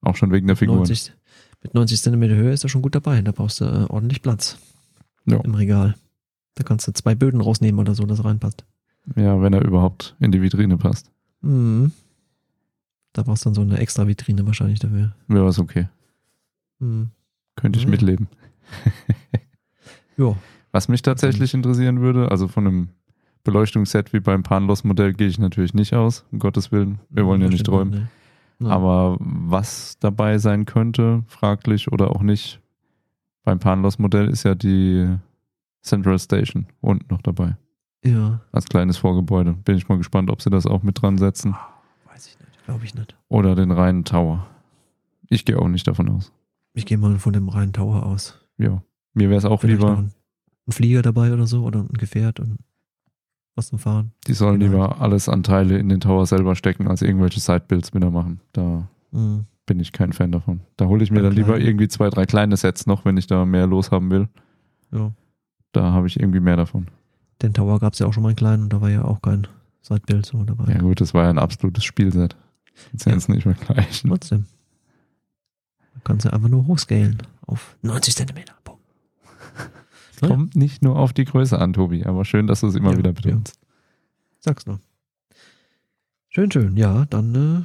Auch schon wegen der Figuren. 90, mit 90 cm Höhe ist er schon gut dabei. Da brauchst du äh, ordentlich Platz Ja. im Regal. Da kannst du zwei Böden rausnehmen oder so, dass reinpasst. Ja, wenn er überhaupt in die Vitrine passt. Mhm. Da brauchst du dann so eine extra Vitrine wahrscheinlich dafür. Wäre es okay. Mhm. Könnte ich Ja. mitleben. Ja, Was mich Mhm. tatsächlich interessieren würde, also von einem Beleuchtungsset wie beim Panlos-Modell gehe ich natürlich nicht aus, um Gottes Willen. Wir wollen ja das nicht stimmt, träumen. nee. Ja. Aber was dabei sein könnte, fraglich oder auch nicht, beim Panlos-Modell ist ja die Central Station unten noch dabei, Ja, als kleines Vorgebäude. Bin ich mal gespannt, ob sie das auch mit dran setzen weiß ich nicht. Glaube ich nicht. oder den reinen Tower. Ich gehe auch nicht davon aus. Ich gehe mal von dem reinen Tower aus. Ja, mir wäre es auch Vielleicht noch lieber, ein, ein Flieger dabei oder so oder ein Gefährt und was zum Fahren. die sollen Genau. lieber alles Anteile in den Tower selber stecken, als irgendwelche Sidebuilds wieder machen. Da Mhm. bin ich kein Fan davon. Da hole ich mir Bei dann lieber kleinen. irgendwie zwei, drei kleine Sets noch, wenn ich da mehr loshaben will. Ja. Da habe ich irgendwie mehr davon. Den Tower gab es ja auch schon mal einen kleinen und da war ja auch kein Sidebild so dabei. Ja gut, das war ja ein absolutes Spielset. Jetzt ja. Ja. es nicht mehr gleich. Trotzdem. Man kann es ja einfach nur hochscalen auf 90 cm. Ja. Kommt nicht nur auf die Größe an, Tobi, aber schön, dass du es immer Ja, wieder ja. betonst. Sag's nur. Schön, schön. Ja, dann äh,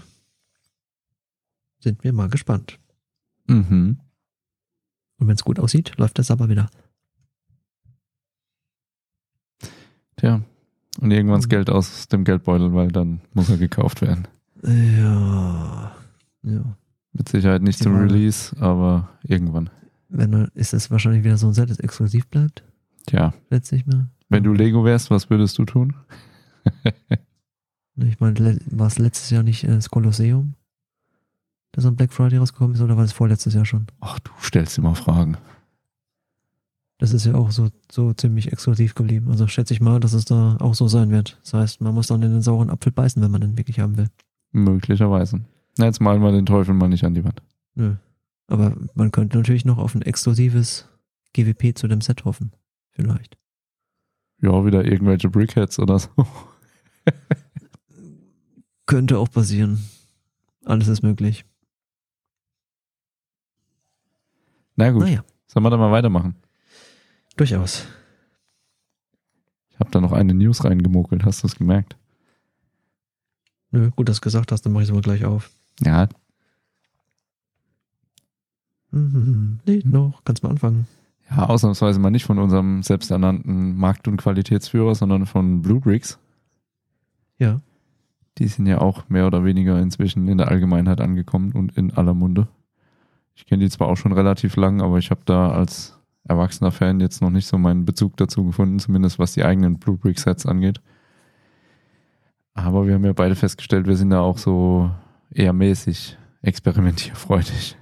sind wir mal gespannt. Mhm. Und wenn es gut aussieht, läuft das aber wieder. Tja. Und irgendwann das Mhm. Geld aus dem Geldbeutel, weil dann muss er gekauft werden. Ja. Ja. Mit Sicherheit nicht Die zum Ware. Release, aber irgendwann. Wenn man, ist es wahrscheinlich wieder so ein Set, das exklusiv bleibt, Tja. letztlich mal. Wenn du Lego wärst, was würdest du tun? Ich meine, le- war es letztes Jahr nicht äh, das Kolosseum, das am Black Friday rausgekommen ist, oder war das vorletztes Jahr schon? Ach, du stellst immer Fragen. Das ist ja auch so, so ziemlich exklusiv geblieben. Also schätze ich mal, dass es da auch so sein wird. Das heißt, man muss dann in den sauren Apfel beißen, wenn man den wirklich haben will. Möglicherweise. Na, jetzt malen wir den Teufel mal nicht an die Wand. Nö. Aber man könnte natürlich noch auf ein exklusives GWP zu dem Set hoffen. Vielleicht. Ja, wieder irgendwelche Brickheads oder so. (laughs) Könnte auch passieren. Alles ist möglich. Na gut, Naja, sollen wir da mal weitermachen? durchaus. Ich habe da noch eine News reingemogelt, hast du es gemerkt? Nö, gut, dass du gesagt hast, dann mache ich es mal gleich auf. Ja, Mhm. Nee, noch, kannst mal anfangen. ja ausnahmsweise mal nicht von unserem selbsternannten Markt- und Qualitätsführer, sondern von Blue Bricks. Ja. Die sind ja auch mehr oder weniger inzwischen in der Allgemeinheit angekommen und in aller Munde. Ich kenne die zwar auch schon relativ lang, aber ich habe da als erwachsener Fan jetzt noch nicht so meinen Bezug dazu gefunden, zumindest was die eigenen Blue Brick Sets angeht. Aber wir haben ja beide festgestellt, wir sind da auch so eher mäßig experimentierfreudig,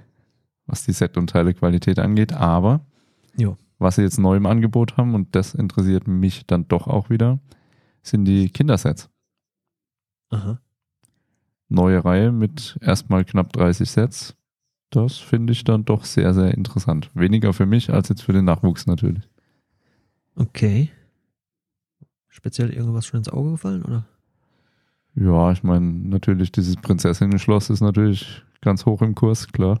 was die Set- und Teilequalität angeht. Aber Jo. was sie jetzt neu im Angebot haben, und das interessiert mich dann doch auch wieder, sind die Kindersets Aha. neue Reihe mit erstmal knapp 30 Sets. Das finde ich dann doch sehr, sehr interessant. Weniger für mich als jetzt für den Nachwuchs natürlich. Okay. Speziell irgendwas schon ins Auge gefallen, oder? Ja, ich meine, natürlich, dieses Prinzessinnen-Schloss ist natürlich ganz hoch im Kurs, klar.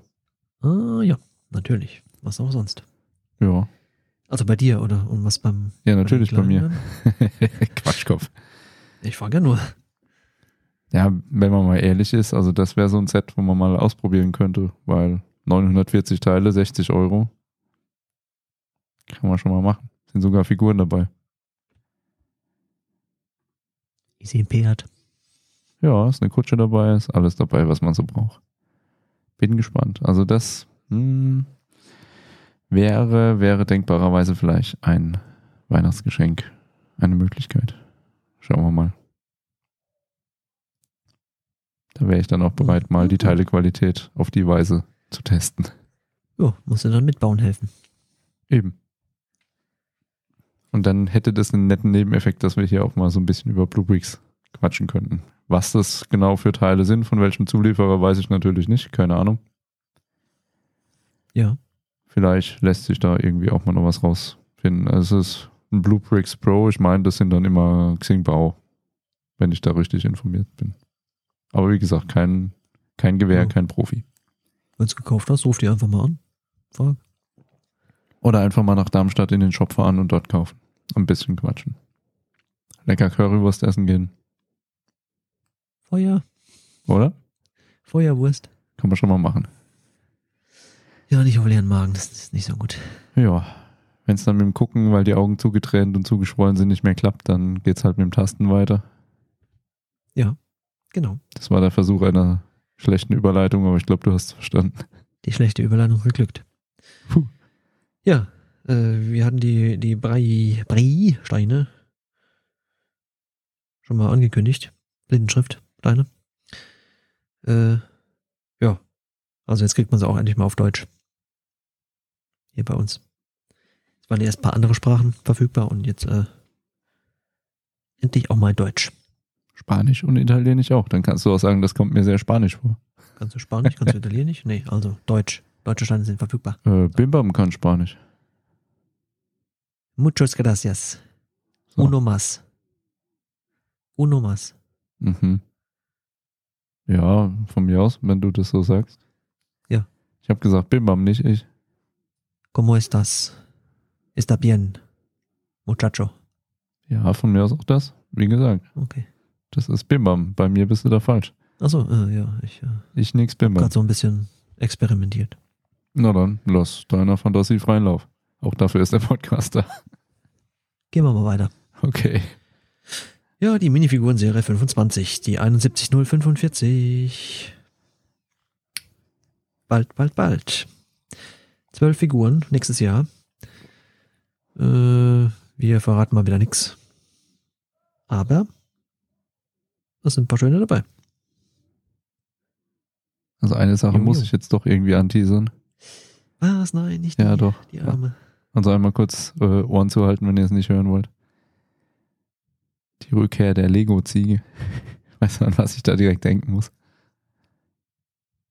Ah, ja, natürlich. Was auch sonst. Ja, Also bei dir, oder? Und was beim. ja natürlich bei beim mir. (laughs) Kleinen dann? Quatschkopf. Ich frage ja nur. Ja, wenn man mal ehrlich ist, also das wäre so ein Set, wo man mal ausprobieren könnte, weil 940 Teile, 60 Euro. Kann man schon mal machen. Sind sogar Figuren dabei. wie sie ein Pferd. Ja, ist eine Kutsche dabei, ist alles dabei, was man so braucht. Bin gespannt. Also das hm, wäre, wäre denkbarerweise vielleicht ein Weihnachtsgeschenk, eine Möglichkeit. Schauen wir mal. Da wäre ich dann auch bereit, mal die Teilequalität auf die Weise zu testen. Ja, musst du dann mitbauen helfen. Eben. Und dann hätte das einen netten Nebeneffekt, dass wir hier auch mal so ein bisschen über Blue Bricks quatschen könnten. Was das genau für Teile sind, von welchem Zulieferer, weiß ich natürlich nicht. Keine Ahnung. Ja. Vielleicht lässt sich da irgendwie auch mal noch was rausfinden. Also es ist ein Blue Bricks Pro. Ich meine, das sind dann immer Xingbao, wenn ich da richtig informiert bin. Aber wie gesagt, kein, kein Gewehr, Ja. kein Profi. Wenn es gekauft hast, ruf die einfach mal an. Frag. Oder einfach mal nach Darmstadt in den Shop fahren und dort kaufen. Ein bisschen quatschen. Lecker Currywurst essen gehen, Feuer, oder? Feuerwurst. Kann man schon mal machen. Ja, nicht auf leeren Magen, das ist nicht so gut. Ja, wenn es dann mit dem Gucken, weil die Augen zugetrennt und zugeschwollen sind, nicht mehr klappt, dann geht's halt mit dem Tasten weiter. Genau. Das war der Versuch einer schlechten Überleitung, aber ich glaube, du hast es verstanden. Die schlechte Überleitung geglückt. Puh. Ja, äh, wir hatten die, die Brei, Brei-Steine schon mal angekündigt. Blindenschrift, Steine. Äh, ja, also jetzt kriegt man sie auch endlich mal auf Deutsch. Hier bei uns. Es waren erst ein paar andere Sprachen verfügbar und jetzt äh, endlich auch mal Deutsch. Spanisch und Italienisch auch. Dann kannst du auch sagen, das kommt mir sehr spanisch vor. Kannst du Spanisch, kannst du Italienisch? Nee, also Deutsch. Deutsche Steine sind verfügbar. Äh, Bim Bam kann Spanisch. Muchas gracias. So. Uno más. Uno más. Mhm. Ja, von mir aus, wenn du das so sagst. Ja. Ich habe gesagt, Bim Bam, nicht ich. ¿Cómo estás? Está bien. Muchacho. Ja, von mir aus auch das. Wie gesagt, Okay. das ist Bim Bam. Bei mir bist du da falsch. Achso, äh, ja, ich äh, Ich nix Bim Bam. gerade so ein bisschen experimentiert. Na dann, lass deiner Fantasie freien Lauf. Auch dafür ist der Podcast da. (laughs) Gehen wir mal weiter. Okay. Ja, die Minifigurenserie 25, die 71045. Bald, bald, bald. Zwölf Figuren nächstes Jahr. Äh, wir verraten mal wieder nichts. Aber es sind ein paar schöne dabei. Also eine Sache Jo, muss jo. ich jetzt doch irgendwie anteasern. Was? Nein, nicht Ja, die, doch. die Arme. Also einmal kurz äh, Ohren zuhalten, wenn ihr es nicht hören wollt. Die Rückkehr der Lego-Ziege. (laughs) Weißt du, an was ich da direkt denken muss?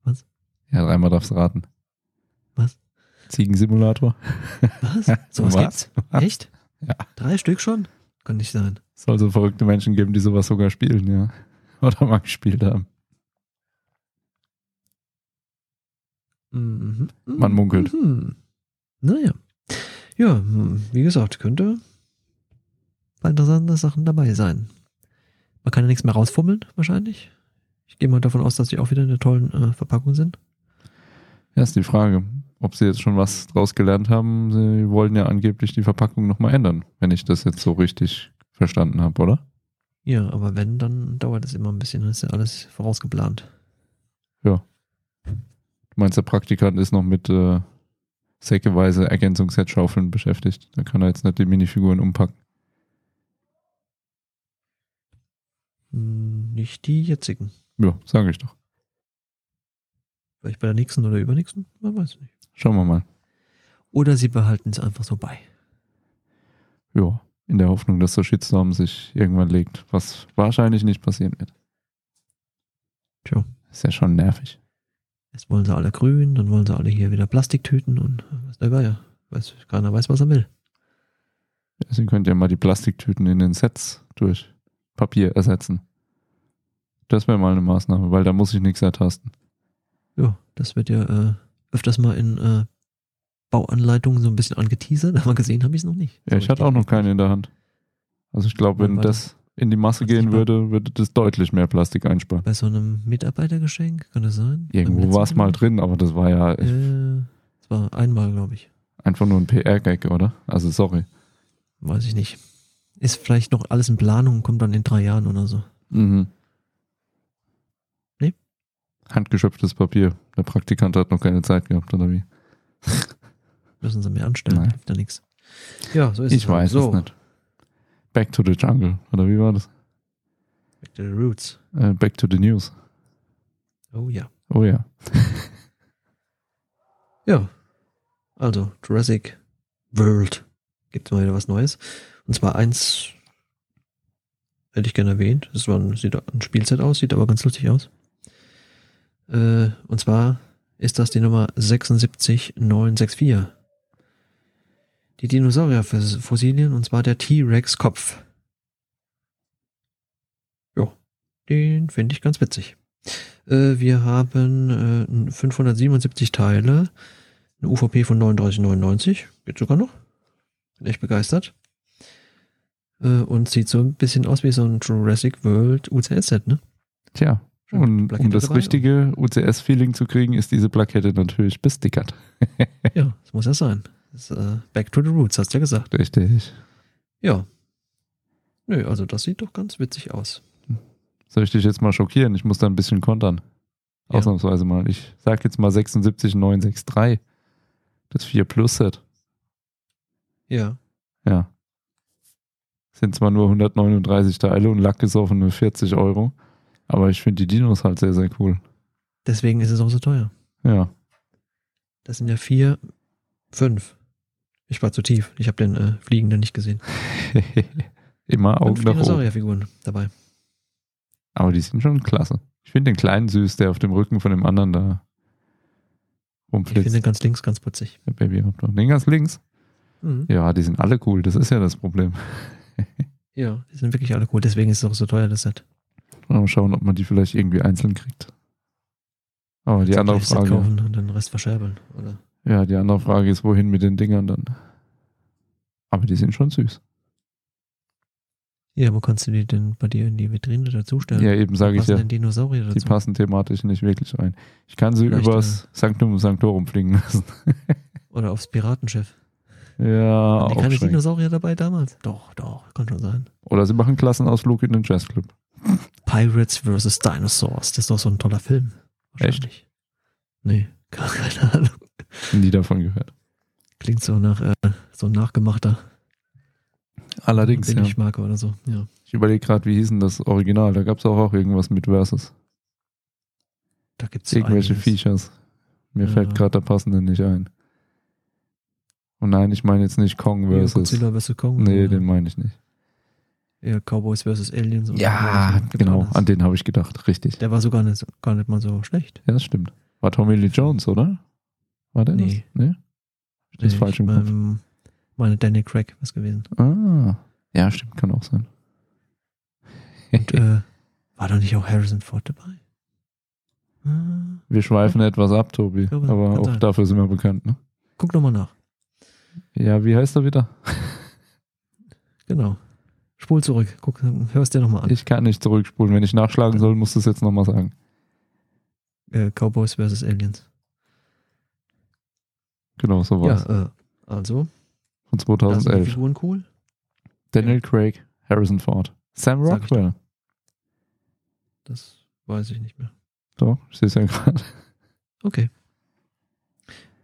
Was? Ja, dreimal darfst du raten. Was? Ziegensimulator. (laughs) Was? Sowas Was? gibt's? Echt? Ja. Drei Stück schon? Kann nicht sein. Soll so verrückte Menschen geben, die sowas sogar spielen, ja. Oder mal gespielt haben. Mhm. Man munkelt. Mhm. Naja. Ja, hm, wie gesagt, könnte bei interessante Sachen dabei sein. Man kann ja nichts mehr rausfummeln, wahrscheinlich. Ich gehe mal davon aus, dass die auch wieder in der tollen äh, Verpackung sind. Ja, ist die Frage, ob sie jetzt schon was draus gelernt haben. Sie wollen ja angeblich die Verpackung nochmal ändern, wenn ich das jetzt so richtig verstanden habe, oder? Ja, aber wenn, dann dauert es immer ein bisschen. Dann ist ja alles vorausgeplant. Du meinst, der Praktikant ist noch mit äh, säckeweise Ergänzungshetzschaufeln beschäftigt. Da kann er jetzt nicht die Minifiguren umpacken. Hm, Nicht die jetzigen. Ja, sage ich doch. Vielleicht bei der nächsten oder übernächsten? Man weiß nicht. Schauen wir mal. Oder sie behalten es einfach so bei. Ja, in der Hoffnung, dass der Shitstorm sich irgendwann legt, was wahrscheinlich nicht passieren wird. Tja. Ist ja schon nervig. Jetzt wollen sie alle grün, dann wollen sie alle hier wieder Plastiktüten und was der Geier. Weiß, keiner weiß, was er will. Ja, Sie könnt ja mal die Plastiktüten in den Sets durch Papier ersetzen. Das wäre mal eine Maßnahme, weil da muss ich nichts ertasten. Ja, das wird ja äh, öfters mal in äh, Bauanleitungen so ein bisschen angeteasert, (laughs) aber gesehen habe ich es noch nicht. Ja, ich hatte auch noch keine in der Hand. Also ich glaube, wenn Warte. das in die Masse Kannst du gehen nicht würde, würde das deutlich mehr Plastik einsparen. Bei so einem Mitarbeitergeschenk, kann das sein? Irgendwo Beim war es mal letzten drin, aber das war ja Mal? Äh, das war einmal, glaube ich. einfach nur ein PR-Gag, oder? Also sorry. Weiß ich nicht. Ist vielleicht noch alles in Planung, kommt dann in drei Jahren oder so. Mhm. Nee? Handgeschöpftes Papier. Der Praktikant hat noch keine Zeit gehabt, oder wie? Müssen sie mir anstellen, Nein. hilft ja nichts. Ja, so ist es. ich halt. weiß so, es nicht. Back to the Jungle, oder wie war das? Back to the Roots. Äh, back to the News. Oh ja. Oh ja. Ja. Also, Jurassic World. Gibt mal wieder was Neues. Und zwar eins hätte ich gerne erwähnt. Das war ein, sieht ein Spielset aus, sieht aber ganz lustig aus. Äh, und zwar ist das die Nummer 76964. Die Dinosaurierfossilien und zwar der T-Rex-Kopf. Ja, den finde ich ganz witzig. Äh, wir haben äh, 577 Teile, eine UVP von 39,99. Geht sogar noch. Bin echt begeistert. Äh, und sieht so ein bisschen aus wie so ein Jurassic World UCS-Set, ne? Tja. Schön, Und Plakette um das dabei. richtige UCS-Feeling zu kriegen, ist diese Plakette natürlich bestickert. Ja, das muss ja sein. Das, ist, äh, back to the Roots, hast du ja gesagt. Richtig. Ja. Nö, also das sieht doch ganz witzig aus. Soll ich dich jetzt mal schockieren? Ich muss da ein bisschen kontern. Ja. Ausnahmsweise mal. Ich sag jetzt mal 76963. Das 4 Plus Set. Ja. Ja. Sind zwar nur 139 Teile und lackgesoffene 40 Euro, aber ich finde die Dinos halt sehr, sehr cool. Deswegen ist es auch so teuer. Ja. (laughs) Das sind ja vier, fünf. Ich war zu tief. Ich habe den äh, Fliegenden nicht gesehen. Immer Augen Fünf nach oben. Dinosaurierfiguren dabei. Aber die sind schon klasse. Ich finde den kleinen süß, der auf dem Rücken von dem anderen da Ich finde rumflitzt. ganz links ganz putzig. Der Baby Den ganz links. Mhm. Ja, die sind alle cool. Das ist ja das Problem. (laughs) Ja, die sind wirklich alle cool. Deswegen ist es auch so teuer, das Set. Mal schauen, ob man die vielleicht irgendwie einzeln kriegt. Aber die andere Gleich das Set Frage, kaufen und den Rest verscherbeln. Oder? ja, die andere Frage ist, wohin mit den Dingern dann? Aber die sind schon süß. Ja, wo kannst du die denn bei dir in die Vitrine dazustellen? Ja, eben sage ich Passen ja, denn Dinosaurier die dazu? passen thematisch nicht wirklich rein. Ich kann sie Vielleicht, äh, übers Sanctum Sanctorum fliegen lassen. (laughs) Oder aufs Piratenschiff? ja, Waren die keine aufschränken. Dinosaurier dabei damals? Doch, doch, kann schon sein. Oder sie machen Klassenausflug in den Jazzclub. Pirates vs. Dinosaurs, das ist doch so ein toller Film. Wahrscheinlich. Nee, (laughs) gar keine Ahnung. Nie davon gehört. Klingt so nach äh, so ein nachgemachter, Allerdings, den ja. ich mag oder so. Ja. Ich überlege gerade, wie hieß denn das Original? Da gab es auch, auch irgendwas mit Versus. Da gibt's so Irgendwelche einiges. Features. Mir Ja. fällt gerade der passende nicht ein. Und nein, ich meine jetzt nicht Kong Ja, versus. Godzilla vs. Kong. Nee, oder den meine ich nicht. eher Cowboys vs. Aliens. und so. Gibt's genau, alles. an den habe ich gedacht. Richtig. Der war so gar nicht, gar nicht mal so schlecht. Ja, das stimmt. War Tommy Lee Jones, oder? War der das? Nee. Nee? Das ist Nee, falsch ich im Kopf. mein- meine Daniel Craig was gewesen. Ah. Ja, stimmt, kann auch sein. Und, äh, war doch nicht auch Harrison Ford dabei? Äh, (laughs) Wir schweifen etwas ab, Tobi. glaube, aber kann auch sein. dafür sind wir bekannt, ne? guck nochmal nach. Ja, wie heißt er wieder? Genau. Spul zurück. Guck, hörst dir nochmal an. Ich kann nicht zurückspulen. Wenn ich nachschlagen soll, muss das jetzt nochmal sagen. Äh, Cowboys vs. Aliens. Genau, so war's. Ja, äh, also. Von da sind die 2011. Figuren cool. Daniel Craig, Harrison Ford, Sam Sag ich doch. Rockwell. Das weiß ich nicht mehr. So, ich sehe es ja gerade. Okay.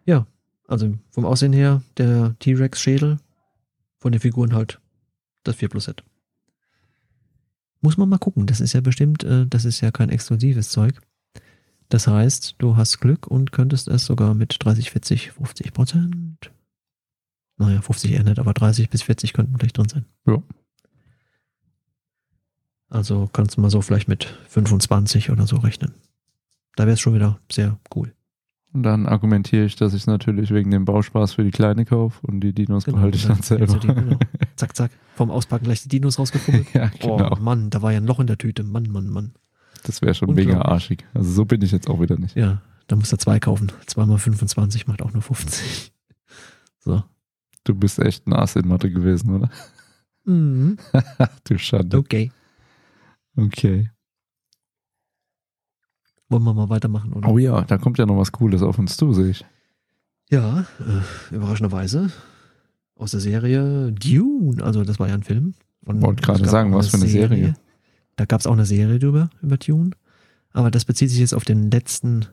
Ja, also vom Aussehen her, der T-Rex-Schädel, von den Figuren halt das 4 Plus Set. Muss man mal gucken, das ist ja bestimmt, äh, das ist ja kein exklusives Zeug. Das heißt, du hast Glück und könntest es sogar mit 30, 40, 50 Prozent. Naja, 50 eher nicht, aber 30 bis 40 könnten vielleicht drin sein. Ja. Also kannst du mal so vielleicht mit 25 oder so rechnen. Da wäre es schon wieder sehr cool. Und dann argumentiere ich, dass ich es natürlich wegen dem Bauspaß für die Kleine kaufe und die Dinos Genau, behalte ich dann dann selber. hältst du die, genau. Zack, zack. Vom Auspacken gleich die Dinos (laughs) rausgefummelt. ja, (laughs) genau. Oh Mann, da war ja ein Loch in der Tüte. Mann, Mann, Mann. Das wäre schon mega Unglaublich. arschig. Also so bin ich jetzt auch wieder nicht. Ja, da musst du zwei kaufen. Zweimal 25 macht auch nur 50. So. Du bist echt ein Ass in Mathe gewesen, oder? Mhm. Ach du Schande. Okay. Okay. Wollen wir mal weitermachen, oder? Oh ja, da kommt ja noch was Cooles auf uns zu, sehe ich. Ja, äh, überraschenderweise. Aus der Serie Dune. Also, das war ja ein Film. Und Wollte gerade es gab sagen, auch was für eine Serie. Da gab es auch eine Serie drüber, über Dune. Aber das bezieht sich jetzt auf den letzten,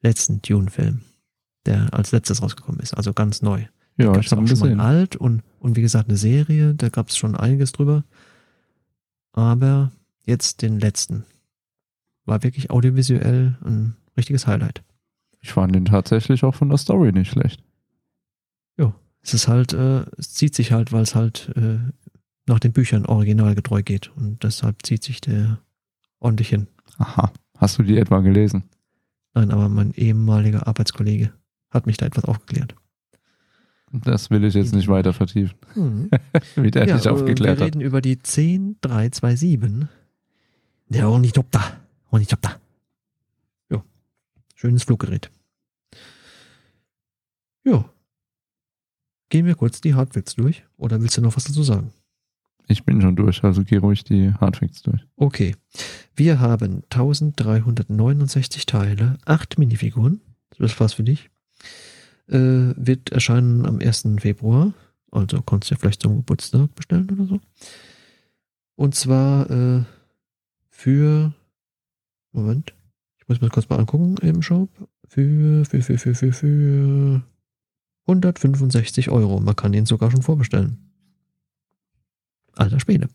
letzten Dune-Film, der als letztes rausgekommen ist, also ganz neu. Ja, gab ich es auch habe schon mal gesehen. alt und, und wie gesagt eine Serie, da gab es schon einiges drüber. Aber jetzt den letzten. War wirklich audiovisuell ein richtiges Highlight. Ich fand den tatsächlich auch von der Story nicht schlecht. Es ist halt, äh, es zieht sich halt, weil es halt äh, nach den Büchern originalgetreu geht. Und deshalb zieht sich der ordentlich hin. Aha. Hast du die etwa gelesen? Nein, aber mein ehemaliger Arbeitskollege hat mich da etwas aufgeklärt. Das will ich jetzt nicht weiter vertiefen, Hm. wie (laughs) der dich äh, aufgeklärt wir hat. reden über die 10327. Der Ornithopter. Ornithopter. Jo. Schönes Fluggerät. Jo. Gehen wir kurz die Hardwicks durch. Oder willst du noch was dazu sagen? Ich bin schon durch, also geh ruhig die Hardfacts durch. Okay. Wir haben 1369 Teile, 8 Minifiguren. Das war's für dich. Äh, wird erscheinen am 1. Februar. Also kannst du ja vielleicht zum Geburtstag bestellen oder so. Und zwar äh, für. Moment. Ich muss mir das kurz mal angucken im Shop. Für, für, für, für, für, für 165 Euro. Man kann ihn sogar schon vorbestellen. Alter Schwede.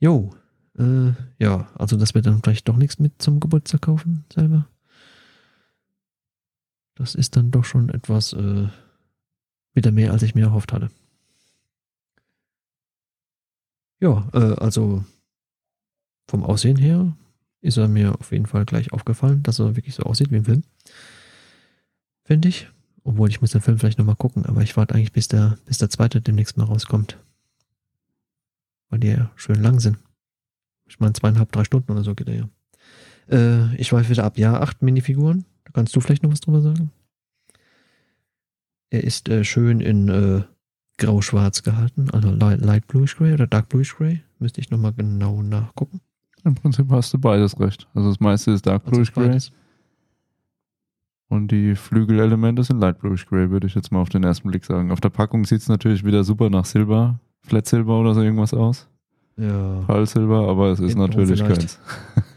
Jo, äh, ja, also das wird dann vielleicht doch nichts mit zum Geburtstag kaufen selber. Das ist dann doch schon etwas äh, wieder mehr, als ich mir erhofft hatte. Ja, äh, also vom Aussehen her ist er mir auf jeden Fall gleich aufgefallen, dass er wirklich so aussieht wie im Film. Finde ich. Obwohl, ich muss den Film vielleicht nochmal gucken, aber ich warte eigentlich, bis der, bis der zweite demnächst mal rauskommt. Weil die ja schön lang sind. Ich meine, zweieinhalb, drei Stunden oder so geht er ja. Äh, ich weiche wieder ab. Ja, acht Minifiguren. Da kannst du vielleicht noch was drüber sagen. Er ist äh, schön in äh, grau-schwarz gehalten. Also light, light bluish gray oder dark bluish gray. Müsste ich nochmal genau nachgucken. Im Prinzip hast du beides recht. Also das meiste ist Dark Also Bluish Gray beides. und die Flügelelemente sind Light Bluish Gray, würde ich jetzt mal auf den ersten Blick sagen. Auf der Packung sieht es natürlich wieder super nach Silber, Flat Silber oder so irgendwas aus. Ja, Pearl Silber, aber es ist Hintenrum natürlich vielleicht.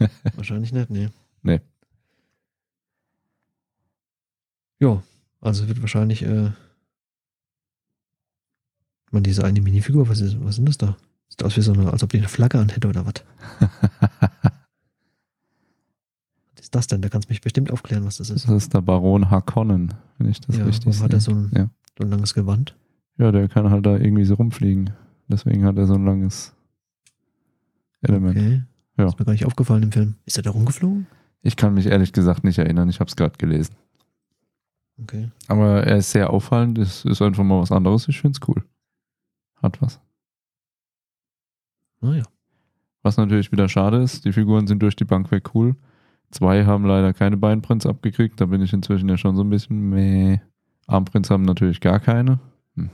keins. wahrscheinlich nicht, nee. Nee. Ja, also wird wahrscheinlich, äh, man, diese eine Minifigur, was ist, was sind das da? Sieht aus wie so eine, als ob die eine Flagge anhätte (laughs) oder was? Was ist das denn? Da kannst du mich bestimmt aufklären, was das ist. Das ist der Baron Harkonnen, wenn ich das ja, richtig warum hat er sehe. so ein, Ja. so ein langes Gewand? Ja, der kann halt da irgendwie so rumfliegen. Deswegen hat er so ein langes Element. Okay. Ja. Ist mir gar nicht aufgefallen im Film. Ist er da rumgeflogen? Ich kann mich ehrlich gesagt nicht erinnern, ich habe es gerade gelesen. Okay. Aber er ist sehr auffallend, es ist einfach mal was anderes, ich finde es cool. Hat was. Naja. Was natürlich wieder schade ist, die Figuren sind durch die Bank weg cool. Zwei haben leider keine Beinprints abgekriegt, da bin ich inzwischen ja schon so ein bisschen meh. Armprints haben natürlich gar keine. Hm.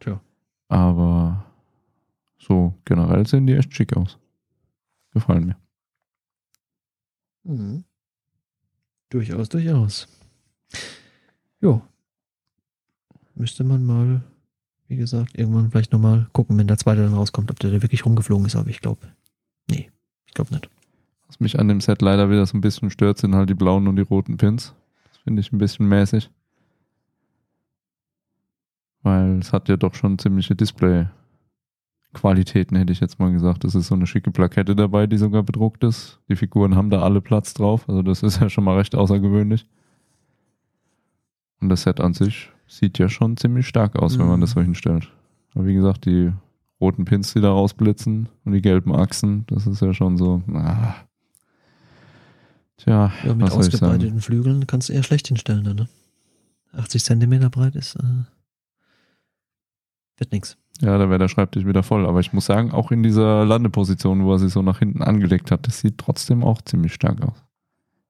Tja. Aber so generell sehen die echt schick aus. Gefallen mir. Mhm. Durchaus, durchaus. Jo. Müsste man mal, wie gesagt, irgendwann vielleicht nochmal gucken, wenn der zweite dann rauskommt, ob der da wirklich rumgeflogen ist, aber ich glaube, nee, ich glaube nicht. Was mich an dem Set leider wieder so ein bisschen stört, sind halt die blauen und die roten Pins. Das finde ich ein bisschen mäßig. Weil es hat ja doch schon ziemliche Display-Qualitäten, hätte ich jetzt mal gesagt. Es ist so eine schicke Plakette dabei, die sogar bedruckt ist. Die Figuren haben da alle Platz drauf. Also das ist ja schon mal recht außergewöhnlich. Und das Set an sich sieht ja schon ziemlich stark aus, wenn man Mhm. das so hinstellt. Aber wie gesagt, die roten Pins, die da rausblitzen und die gelben Achsen, das ist ja schon so. Ah. Tja, Ja, mit was soll ich sagen? ausgebreiteten Flügeln kannst du eher schlecht hinstellen, dann, ne? 80 Zentimeter breit ist, äh, wird nix. Ja, da wäre der Schreibtisch wieder voll. Aber ich muss sagen, auch in dieser Landeposition, wo er sich so nach hinten angelegt hat, das sieht trotzdem auch ziemlich stark aus.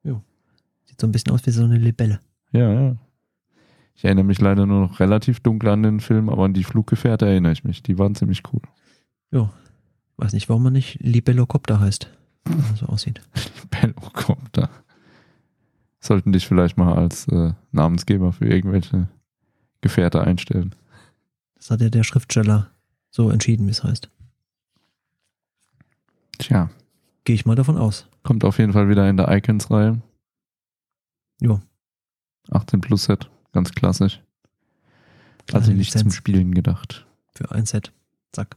Sieht so ein bisschen aus wie so eine Libelle. Ja, ja. Ich erinnere mich leider nur noch relativ dunkel an den Film, aber an die Fluggefährte erinnere ich mich. Die waren ziemlich cool. (laughs) Weiß nicht, warum man nicht Libellocopter heißt, wenn man so aussieht. Bellocopter. oh Sollten dich vielleicht mal als äh, Namensgeber für irgendwelche Gefährte einstellen. Das Das hat ja der Schriftsteller so entschieden, wie es heißt. Tja, Gehe ich mal davon aus. kommt auf jeden Fall wieder in der Icons-Reihe. Jo. 18 Plus Set, ganz klassisch. Also Kleine nicht zum Lizenz Spielen gedacht. Für ein Set. Zack.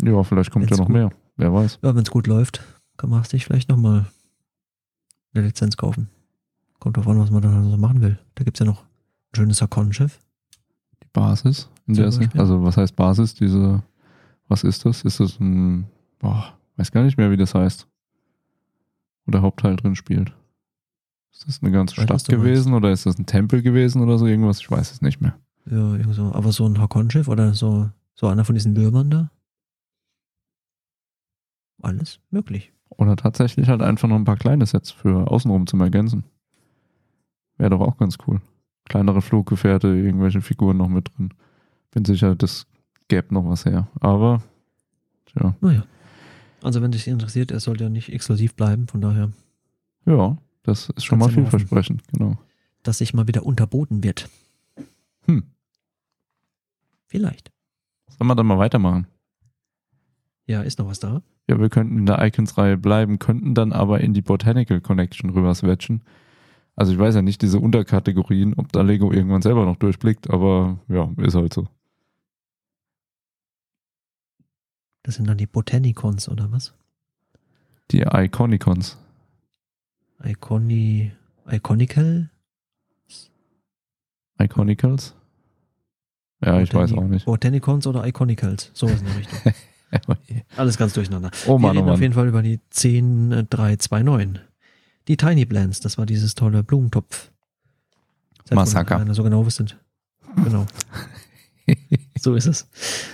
Ja, vielleicht kommt Wenn's ja noch gut- mehr. Wer weiß. Ja, wenn es gut läuft, kann man sich vielleicht nochmal eine Lizenz kaufen. Kommt drauf an, was man dann so machen will. Da gibt es ja noch ein schönes Hakon-Schiff. Die Basis, in Zum der es, Beispiel. also was heißt Basis? Diese, was ist das? Ist das ein, boah, weiß gar nicht mehr, wie das heißt. Wo der Hauptteil drin spielt. Ist das eine ganze Weiß, was Stadt du meinst. gewesen oder ist das ein Tempel gewesen oder so irgendwas? Ich weiß es nicht mehr. Ja, irgend so. Aber so ein Hakon-Schiff oder so, so einer von diesen Würmern da. Alles möglich. Oder tatsächlich halt einfach noch ein paar kleine Sets für außenrum zum Ergänzen. Wäre doch auch ganz cool. Kleinere Fluggefährte, irgendwelche Figuren noch mit drin. Bin sicher, das gäbe noch was her. Aber, tja, Naja. Also, wenn dich interessiert, es soll ja nicht exklusiv bleiben, von daher, ja, das ist schon mal Kannst ja mal hoffen. vielversprechend, genau. dass sich mal wieder unterboten wird. Hm, Vielleicht. sollen wir dann mal weitermachen? Ja, ist noch was da? Ja, wir könnten in der Icons-Reihe bleiben, könnten dann aber in die Botanical Connection rüber switchen. Also ich weiß ja nicht, diese Unterkategorien, ob da Lego irgendwann selber noch durchblickt, aber ja, ist halt so. Das sind dann die Botanicons oder was? Die Iconicons. Iconi, Iconical? Iconicals? Ja, ich weiß auch Botani- nicht. Botanicons oder Iconicals? Sowas in (laughs) der Richtung. Alles ganz durcheinander. Oh Wir Mann, oh reden auf Mann. jeden Fall über die äh, 10329. Die Tiny Plants, das war dieses tolle Blumentopf. Seit wo Massaker. noch Keiner so genau wusste. Genau. (laughs) so ist es.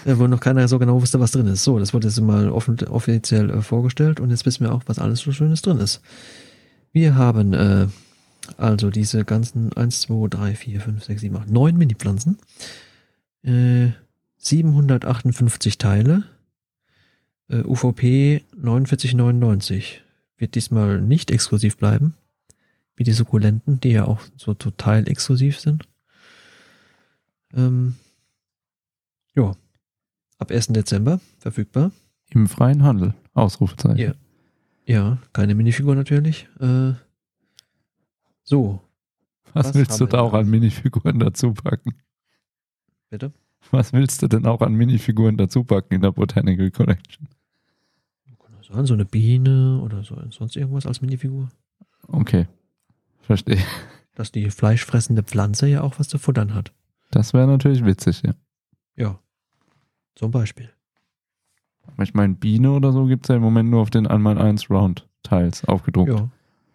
Äh, Wo noch keiner so genau wusste, was drin ist. So, das wurde jetzt mal offen, offiziell äh, vorgestellt und jetzt wissen wir auch, was alles so Schönes drin ist. Wir haben äh, also diese ganzen 1, 2, 3, 4, 5, 6, 7, 8, 9 Mini-Pflanzen. Äh, 758 Teile. Äh, UVP 49,99. Wird diesmal nicht exklusiv bleiben. Wie die Sukkulenten, die ja auch so total exklusiv sind. Ähm, ja. Ab 1. Dezember verfügbar. Im freien Handel. Ausrufezeichen. Ja. Ja, keine Minifigur natürlich. Äh, so, Was, Was willst du haben da wir auch denn? an Minifiguren dazu packen? bitte. Was willst du denn auch an Minifiguren dazu packen in der Botanical Collection? Kann das sein? So eine Biene oder so sonst irgendwas als Minifigur. Okay. Verstehe. Dass die fleischfressende Pflanze ja auch was zu futtern hat. Das wäre natürlich witzig, ja. Ja. Zum Beispiel. Aber ich meine, Biene oder so gibt es ja im Moment nur auf den Anmal 1 Round Teils aufgedruckt. Ja.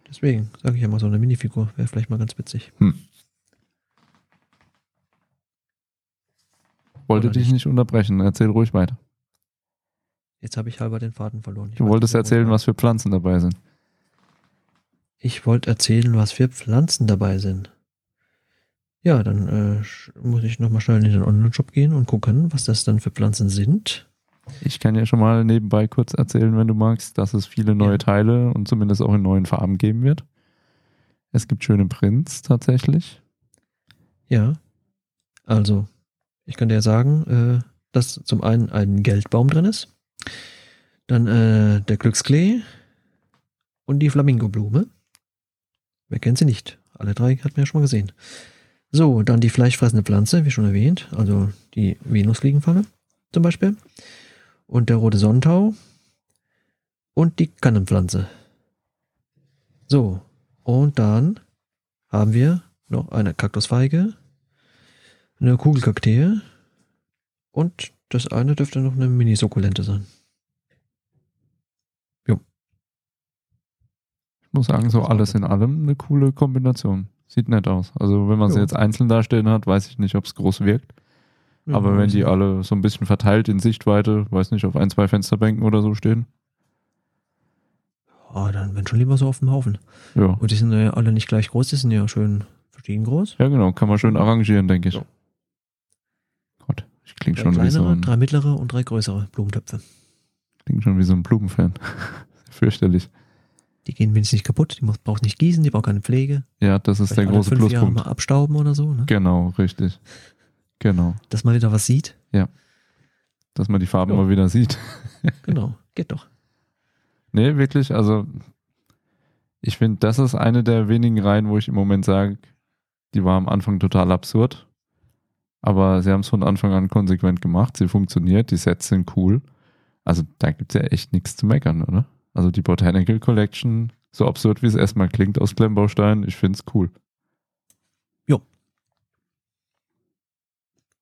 Deswegen sage ich ja mal so eine Minifigur. Wäre vielleicht mal ganz witzig. Wollte Oder dich nicht. nicht unterbrechen. Erzähl ruhig weiter. Jetzt habe ich halber den Faden verloren. Ich Du weiß wolltest nicht mehr, wo ich erzählen, war. was für Pflanzen dabei sind. Ich wollte erzählen, was für Pflanzen dabei sind. Ja, dann äh, sch- muss ich nochmal schnell in den Online-Shop gehen und gucken, was das dann für Pflanzen sind. Ich kann ja schon mal nebenbei kurz erzählen, wenn du magst, dass es viele neue Ja. Teile und zumindest auch in neuen Farben geben wird. Es gibt schöne Prints tatsächlich. Ja. Also, ich könnte ja sagen, äh, dass zum einen ein Geldbaum drin ist, dann äh, der Glücksklee und die Flamingoblume. Wer kennt sie nicht? Alle drei hat man ja schon mal gesehen. So, dann die fleischfressende Pflanze, wie schon erwähnt, also die Venusfliegenfalle zum Beispiel. Und der rote Sonntau und die Kannenpflanze. So, und dann haben wir noch eine Kaktusfeige, eine Kugelkaktee und das eine dürfte noch eine Mini-Sukkulente sein. Ich muss sagen, so alles in allem eine coole Kombination. Sieht nett aus. Also wenn man sie Jo. jetzt einzeln dastehen hat, weiß ich nicht, ob es groß wirkt. Aber wenn die alle so ein bisschen verteilt in Sichtweite, weiß nicht, auf ein, zwei Fensterbänken oder so stehen. Ah, dann wenn schon lieber so auf dem Haufen. Ja, Und die sind ja alle nicht gleich groß, die sind ja schön verschieden groß. ja genau, kann man schön arrangieren, denke ich. Jo. Gott, ich klinge Drei schon, wie so kleinere, ein- drei mittlere und drei größere Blumentöpfe. kling schon wie so ein Blumenfan. (laughs) Fürchterlich. Die gehen wenigstens nicht kaputt, die muss- braucht nicht gießen, die braucht keine Pflege. Ja, das ist Vielleicht der alle große fünf Jahre Pluspunkt. mal abstauben oder so, ne? Genau, richtig. Genau. dass man wieder was sieht. dass man die Farben Ja. mal wieder sieht. (laughs) Genau, geht doch. Nee, wirklich, also ich finde, das ist eine der wenigen Reihen, wo ich im Moment sage, die war am Anfang total absurd. Aber sie haben es von Anfang an konsequent gemacht. Sie funktioniert, die Sets sind cool. Also da gibt es ja echt nichts zu meckern, oder? Also die Botanical Collection, so absurd wie es erstmal klingt aus Klemmbaustein, ich finde es cool.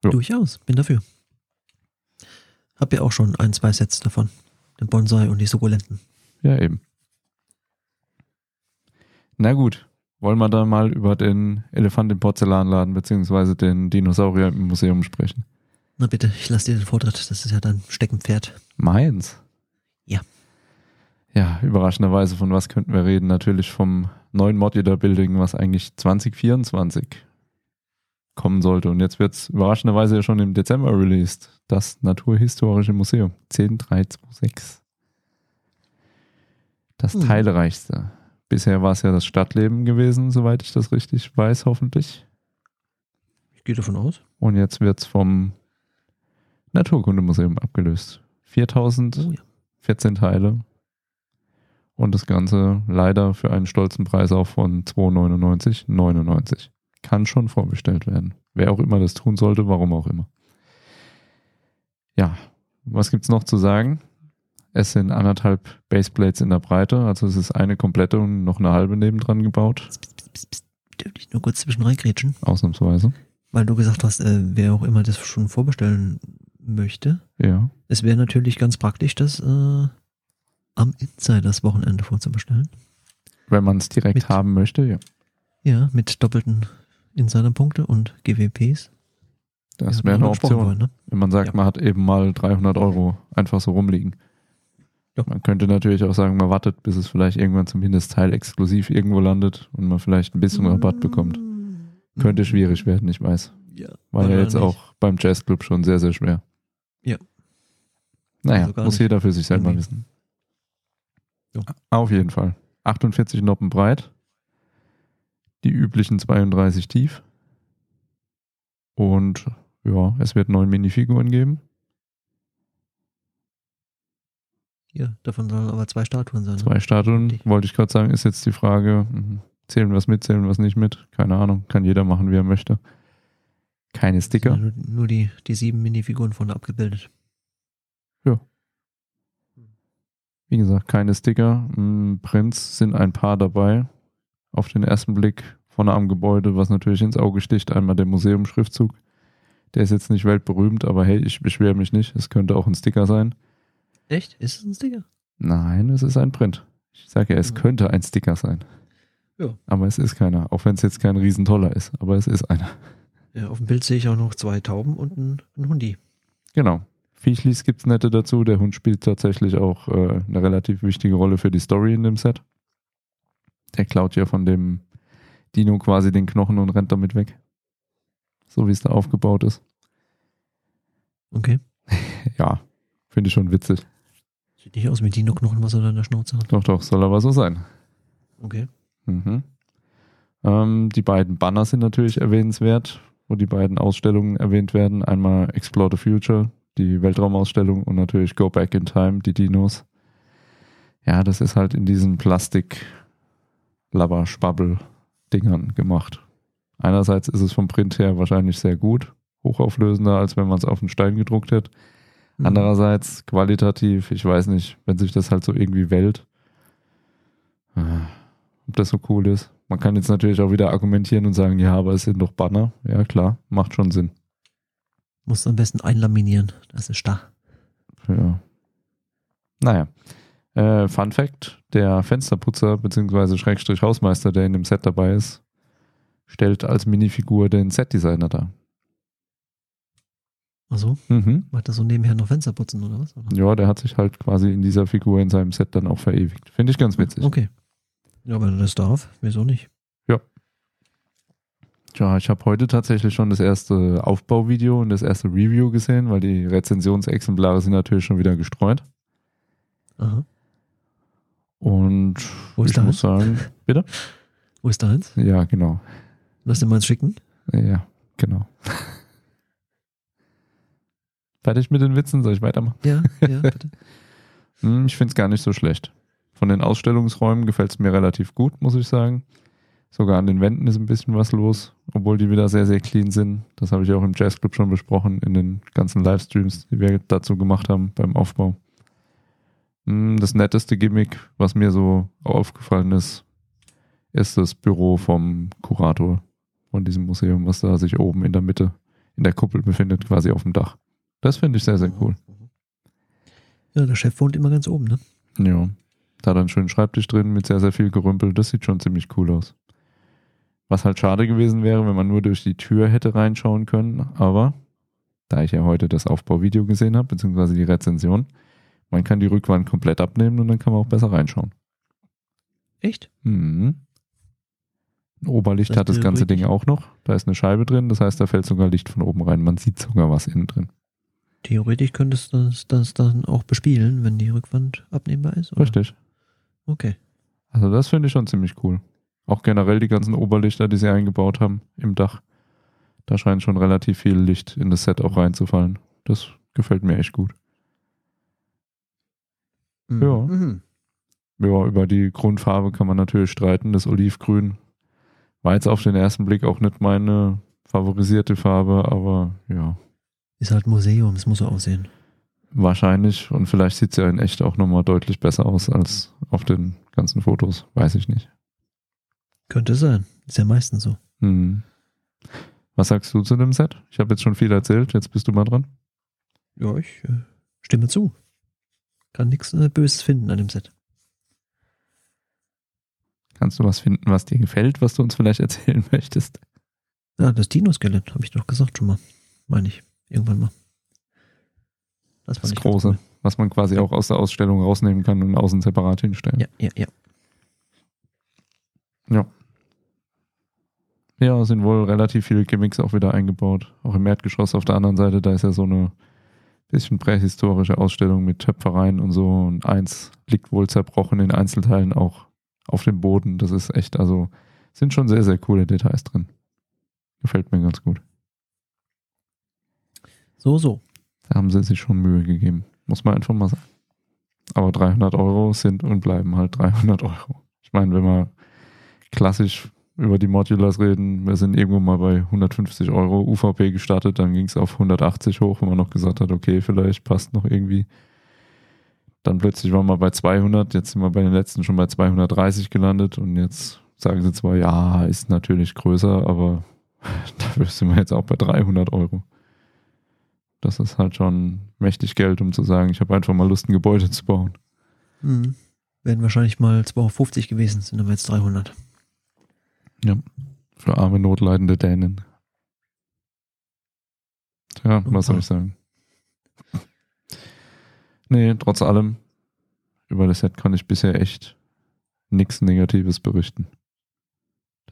Ja. Durchaus, bin dafür. Hab ja auch schon ein, zwei Sets davon. Den Bonsai und die Sukkulenten. Ja, eben. Na gut, wollen wir dann mal über den Elefant im Porzellanladen beziehungsweise den Dinosaurier im Museum sprechen. Na bitte, ich lasse dir den Vortritt. Das ist ja dein Steckenpferd. Mainz? Ja. Ja, überraschenderweise, von was könnten wir reden? Natürlich vom neuen Modular Building, was eigentlich 2024 kommen sollte. Und jetzt wird es überraschenderweise ja schon im Dezember released. Das Naturhistorische Museum, 10326. Das Hm. teilreichste. Bisher war es ja das Stadtleben gewesen, soweit ich das richtig weiß, hoffentlich. Ich gehe davon aus. Und jetzt wird es vom Naturkundemuseum abgelöst. 4000 Oh ja. 14 Teile. Und das Ganze leider für einen stolzen Preis auch von 2,99,99. Kann schon vorbestellt werden. Wer auch immer das tun sollte, warum auch immer. Ja, was gibt's noch zu sagen? Es sind anderthalb Baseplates in der Breite, also es ist eine komplette und noch eine halbe nebendran gebaut, Psst, psst, psst, psst. Dürfte ich nur kurz zwischen reingrätschen? ausnahmsweise. Weil du gesagt hast, äh, wer auch immer das schon vorbestellen möchte. Ja, Es wäre natürlich ganz praktisch, das äh, am Insiders-Wochenende vorzubestellen. wenn man es direkt Mit- haben möchte, ja. Ja, mit doppelten Insider-Punkte und GWPs. Das Ja, wäre haben wir eine gesprochen Option. vorhin, ne? Wenn man sagt, Ja. man hat eben mal 300 Euro einfach so rumliegen. Ja. Man könnte natürlich auch sagen, man wartet, bis es vielleicht irgendwann zum Mindestteil exklusiv irgendwo landet und man vielleicht ein bisschen Rabatt bekommt. Könnte schwierig werden, ich weiß. Ja, War ja Oder jetzt nicht. auch beim Jazzclub schon sehr, sehr schwer. Ja. Naja, Also gar muss nicht. jeder für sich selber Irgendwie. wissen. Ah, Ja. Auf jeden Fall. 48 Noppen breit, die üblichen 32 tief und ja, es wird neun Minifiguren geben. Ja, davon sollen aber zwei Statuen sein. ne? Zwei Statuen, Richtig. wollte ich gerade sagen, ist jetzt die Frage, mhm, zählen wir es mit, zählen wir es nicht mit? Keine Ahnung, kann jeder machen, wie er möchte. Keine Ja, Sticker. nur nur die, die sieben Minifiguren vorne abgebildet. Wie gesagt, keine Sticker. Mm, Prints sind ein paar dabei. Auf den ersten Blick vorne am Gebäude, was natürlich ins Auge sticht, einmal der Museumsschriftzug. Der ist jetzt nicht weltberühmt, aber hey, ich beschwere mich nicht. Es könnte auch ein Sticker sein. Echt? Ist es ein Sticker? Nein, es ist ein Print. Ich sage ja, es Mhm. könnte ein Sticker sein. Ja. Aber es ist keiner, auch wenn es jetzt kein Riesentoller ist, aber es ist einer. Ja, auf dem Bild sehe ich auch noch zwei Tauben und ein, ein Hundi. Genau. Viechlis gibt's nette dazu. Der Hund spielt tatsächlich auch äh, eine relativ wichtige Rolle für die Story in dem Set. Der klaut ja von dem Dino quasi den Knochen und rennt damit weg. So wie es da aufgebaut ist. Okay. Ja, finde ich schon witzig. Sieht nicht aus wie Dino-Knochen, was er da in der Schnauze hat. Doch, doch, soll aber so sein. Okay. Mhm. Ähm, die beiden Banner sind natürlich erwähnenswert, wo die beiden Ausstellungen erwähnt werden. Einmal Explore the Future, die Weltraumausstellung und natürlich Go Back in Time, die Dinos. Ja, das ist halt in diesen plastik labber spabbel dingern gemacht. Einerseits ist es vom Print her wahrscheinlich sehr gut, hochauflösender, als wenn man es auf den Stein gedruckt hätte. Hm. Mhm. Andererseits qualitativ, ich weiß nicht, wenn sich das halt so irgendwie wählt, äh, ob das so cool ist. Man kann jetzt natürlich auch wieder argumentieren und sagen, ja, aber es sind doch Banner. Ja, klar, macht schon Sinn. Musst du am besten einlaminieren. Das ist starr. Ja. Naja. Äh, Fun Fact: Der Fensterputzer bzw. Schrägstrich Hausmeister, der in dem Set dabei ist, stellt als Minifigur den Setdesigner dar. Also, Mhm. macht das so nebenher noch Fenster putzen oder was? Oder? Ja, der hat sich halt quasi in dieser Figur in seinem Set dann auch verewigt. Finde ich ganz witzig. Okay. Ja, wenn er das darf, wieso nicht? Ja, ich habe heute tatsächlich schon das erste Aufbauvideo und das erste Review gesehen, weil die Rezensionsexemplare sind natürlich schon wieder gestreut. Aha. Und Wo ist ich deins? muss sagen, bitte? Wo ist deins? Ja, genau. (laughs) Lass dir mal eins schicken. Ja, genau. Fertig mit den Witzen, soll ich weitermachen? Ja, (laughs) ja, bitte. Hm, ich finde es gar nicht so schlecht. Von den Ausstellungsräumen gefällt es mir relativ gut, muss ich sagen. Sogar an den Wänden ist ein bisschen was los, obwohl die wieder sehr, sehr clean sind. Das habe ich auch im Jazzclub schon besprochen, in den ganzen Livestreams, die wir dazu gemacht haben beim Aufbau. Hm, Das netteste Gimmick, was mir so aufgefallen ist, ist das Büro vom Kurator von diesem Museum, was da sich oben in der Mitte, in der Kuppel befindet, quasi auf dem Dach. Das finde ich sehr, sehr cool. Ja, der Chef wohnt immer ganz oben, ne? Ja. Da hat er einen schönen Schreibtisch drin mit sehr, sehr viel Gerümpel. Das sieht schon ziemlich cool aus. Was halt schade gewesen wäre, wenn man nur durch die Tür hätte reinschauen können. Aber da ich ja heute das Aufbauvideo gesehen habe, beziehungsweise die Rezension, man kann die Rückwand komplett abnehmen und dann kann man auch besser reinschauen. Echt? Mhm. Ein Oberlicht Das hat das Bild ganze richtig. Ding auch noch. Da ist eine Scheibe drin, das heißt, da fällt sogar Licht von oben rein. Man sieht sogar was innen drin. Theoretisch könntest du das, das dann auch bespielen, wenn die Rückwand abnehmbar ist, oder? Richtig. Okay. Also das finde ich schon ziemlich cool. Auch generell die ganzen Oberlichter, die sie eingebaut haben im Dach. Da scheint schon relativ viel Licht in das Set auch reinzufallen. Das gefällt mir echt gut. Ja. Mhm. Ja, über die Grundfarbe kann man natürlich streiten. Das Olivgrün war jetzt auf den ersten Blick auch nicht meine favorisierte Farbe, aber ja, Ist halt Museum, es muss so aussehen. wahrscheinlich. Und vielleicht sieht sie ja in echt auch nochmal deutlich besser aus als auf den ganzen Fotos. Weiß ich nicht. Könnte sein. Ist ja meistens so. Hm. Was sagst du zu dem Set? Ich habe jetzt schon viel erzählt. Jetzt bist du mal dran. Ja, ich äh, stimme zu. Kann nichts äh, Böses finden an dem Set. Kannst du was finden, was dir gefällt, was du uns vielleicht (laughs) erzählen möchtest? Ja, Ah, das Dino-Skelett, habe ich doch gesagt schon mal. Meine ich. Irgendwann mal. Das Das, fand ich ganz Große, cool. was man quasi auch aus der Ausstellung rausnehmen kann und außen separat hinstellen. Ja, ja, ja. Ja, es sind wohl relativ viele Gimmicks auch wieder eingebaut. Auch im Erdgeschoss auf der anderen Seite, da ist ja so eine bisschen prähistorische Ausstellung mit Töpfereien und so. Und eins liegt wohl zerbrochen in Einzelteilen auch auf dem Boden. Das ist echt, also sind schon sehr, sehr coole Details drin. Gefällt mir ganz gut. So, so. Da haben sie sich schon Mühe gegeben. Muss man einfach mal sagen. Aber 300 Euro sind und bleiben halt 300 Euro. Ich meine, wenn wir klassisch über die Modulars reden, wir sind irgendwo mal bei 150 Euro UVP gestartet, dann ging es auf 180 hoch, wo man noch gesagt hat, okay, vielleicht passt noch irgendwie. Dann plötzlich waren wir bei 200, jetzt sind wir bei den letzten schon bei 230 gelandet und jetzt sagen sie zwar, ja, ist natürlich größer, aber (laughs) dafür sind wir jetzt auch bei 300 Euro. Das ist halt schon mächtig Geld, um zu sagen, ich habe einfach mal Lust, ein Gebäude zu bauen. Mhm. Wären wahrscheinlich mal 250 gewesen, sind aber jetzt 300. Für arme, notleidende Dänen. Tja, was soll ich sagen? Nee, trotz allem, über das Set kann ich bisher echt nichts Negatives berichten.